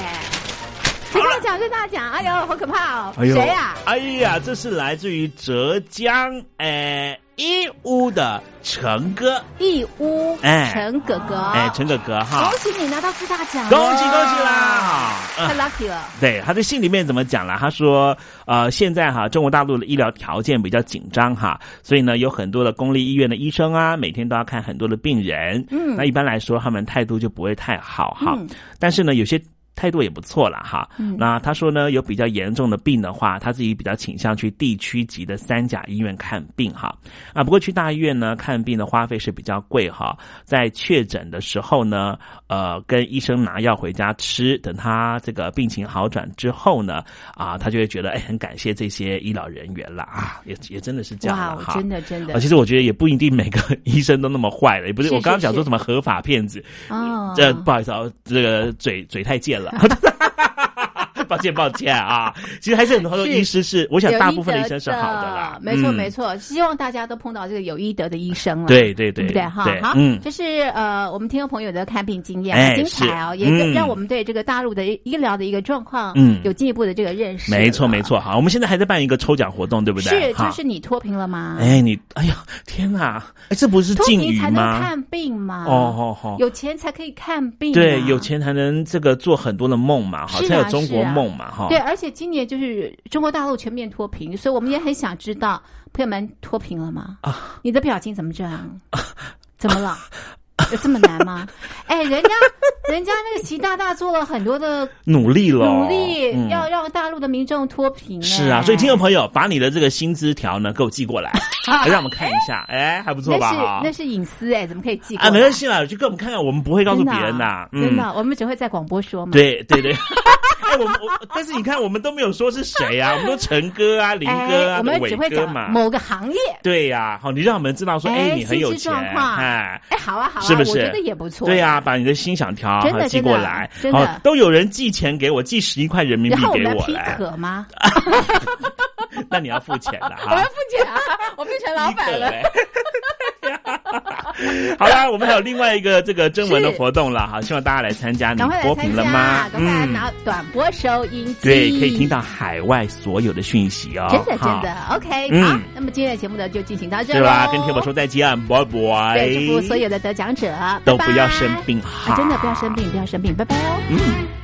Speaker 3: 最大奖，最大奖！哎呦，好可怕哦！谁呀、
Speaker 8: 哎呀，这是来自于浙江哎义乌的陈哥，
Speaker 3: 义乌
Speaker 8: 哎
Speaker 3: 陈哥哥，
Speaker 8: 哎，陈哥哥哈
Speaker 3: 恭，喜你拿到最大奖了！
Speaker 8: 恭喜恭喜啦！嗯
Speaker 3: 太 lucky 了。
Speaker 8: 对，他在信里面怎么讲啦？他说，呃，现在哈，中国大陆的医疗条件比较紧张哈，所以呢，有很多的公立医院的医生啊，每天都要看很多的病人。
Speaker 11: 嗯
Speaker 8: 那一般来说，他们态度就不会太好哈。
Speaker 11: 嗯
Speaker 8: 但是呢，有些。态度也不错啦，哈。
Speaker 11: 嗯
Speaker 8: 那他说呢，有比较严重的病的话，他自己比较倾向去地区级的三甲医院看病哈。啊，不过去大医院呢看病的花费是比较贵哈。在确诊的时候呢，呃，跟医生拿药回家吃，等他这个病情好转之后呢，啊，他就会觉得哎，很感谢这些医疗人员啦啊，也也真的是这样啦
Speaker 3: 哇
Speaker 8: 哈。
Speaker 3: 真的真的
Speaker 8: 啊其实我觉得也不一定每个 医生都那么坏了，也不是
Speaker 3: 是
Speaker 8: 我刚刚讲
Speaker 3: 是
Speaker 8: 说什么合法骗子，
Speaker 3: 哦，
Speaker 8: 这不好意思啊，这个嘴嘴太贱了。 抱歉，抱歉啊！其实还是很多医师是，我想大部分的医生是好的啦，
Speaker 3: 有医德的没错
Speaker 8: 嗯
Speaker 3: 没错。希望大家都碰到这个有医德的医生了，
Speaker 8: 对对
Speaker 3: 对
Speaker 8: 对
Speaker 3: 不对哈
Speaker 8: 对？
Speaker 3: 好
Speaker 8: 嗯，
Speaker 3: 这是呃我们听众朋友的看病经验，
Speaker 8: 哎
Speaker 3: 很精彩哦，
Speaker 8: 是
Speaker 3: 也
Speaker 8: 嗯
Speaker 3: 让我们对这个大陆的医疗的一个状况，
Speaker 8: 嗯
Speaker 3: 有进一步的这个认识。
Speaker 8: 没错，没错。好，我们现在还在办一个抽奖活动，对不对？
Speaker 3: 是，就
Speaker 8: 哈
Speaker 3: 是你脱贫了吗？
Speaker 8: 哎，你，哎呀，天哪！哎，这不是
Speaker 3: 脱
Speaker 8: 禁
Speaker 3: 贫
Speaker 8: 语
Speaker 3: 才能
Speaker 8: 吗？
Speaker 3: 看病嘛？
Speaker 8: 哦哦哦
Speaker 3: 有钱才可以看病啊，
Speaker 8: 对，有钱才能这个做很多的梦嘛，哈，
Speaker 3: 是
Speaker 8: 才
Speaker 3: 啊
Speaker 8: 有中国
Speaker 3: 是啊
Speaker 8: 梦嘛，哈。
Speaker 3: 对，而且今年就是中国大陆全面脱贫，所以我们也很想知道朋友们脱贫了吗？啊，你的表情怎么这样？
Speaker 8: 啊
Speaker 3: 怎 么了？有这么难吗？哎，人家人家那个习大大做了很多的
Speaker 8: 努力了，
Speaker 3: 努力，
Speaker 8: 嗯
Speaker 3: 要让大陆的民众脱贫、，
Speaker 8: 是啊，所以听众朋友，把你的这个薪资条呢给我寄过 来让我们看一下，哎，还不错吧？哈
Speaker 3: 那是那是隐私哎、怎么可以记过来？
Speaker 8: 啊，没关系啦，就给我们看看，我们不会告诉别人的啊，
Speaker 3: 真的、
Speaker 8: 嗯，
Speaker 3: 我们只会在广播说嘛。
Speaker 8: 对对 对。哎，我们我，但是你看，我们都没有说是谁 啊，我们都陈哥啊、林哥
Speaker 3: 哎，
Speaker 8: 啊、
Speaker 3: 我们只
Speaker 8: 伟
Speaker 3: 会
Speaker 8: 哥
Speaker 3: 讲
Speaker 8: 嘛，
Speaker 3: 某个行业。
Speaker 8: 对呀、好，你让我们知道说，哎，你很有
Speaker 3: 薪资
Speaker 8: 钱，
Speaker 3: 状况，
Speaker 8: 哎
Speaker 3: 哎。，好啊，好啊，
Speaker 8: 是不是？
Speaker 3: 我觉得也不错。
Speaker 8: 对呀、把你的心想条
Speaker 3: 真的
Speaker 8: 哈寄
Speaker 3: 真的
Speaker 8: 过来，
Speaker 3: 真的
Speaker 8: 好，都有人寄钱给我，寄十一块人民币
Speaker 3: 然后我
Speaker 8: 给
Speaker 3: 们
Speaker 8: 我
Speaker 3: 批
Speaker 8: 来，啊
Speaker 3: 可吗？
Speaker 8: 那你要付钱的
Speaker 3: 我
Speaker 8: 哈
Speaker 3: 要
Speaker 8: 哎
Speaker 3: 付。钱啊！ 我变成老板了。
Speaker 8: 好啦，我们还有另外一个这个征文的活动了哈，希望大家来参加。你
Speaker 3: 赶快来
Speaker 8: 脱
Speaker 3: 参
Speaker 8: 贫
Speaker 3: 加
Speaker 8: 了
Speaker 3: 啊
Speaker 8: 吗，？嗯
Speaker 3: 赶快来拿短波收音机。
Speaker 8: 对，可以听。到海外所有的讯息哦。
Speaker 3: 真的真
Speaker 8: 哈
Speaker 3: 的，OK，哦
Speaker 8: 嗯
Speaker 3: 好，那么今天的节目呢就进行到这
Speaker 8: 对
Speaker 3: 喽。
Speaker 8: 吧？跟天宝说再见，拜拜。
Speaker 3: 对，祝福所有的得奖者
Speaker 8: 都不要
Speaker 3: 拜拜
Speaker 8: 生病
Speaker 3: 啊，真的不要生病，不要生病，拜拜哦。
Speaker 8: 嗯。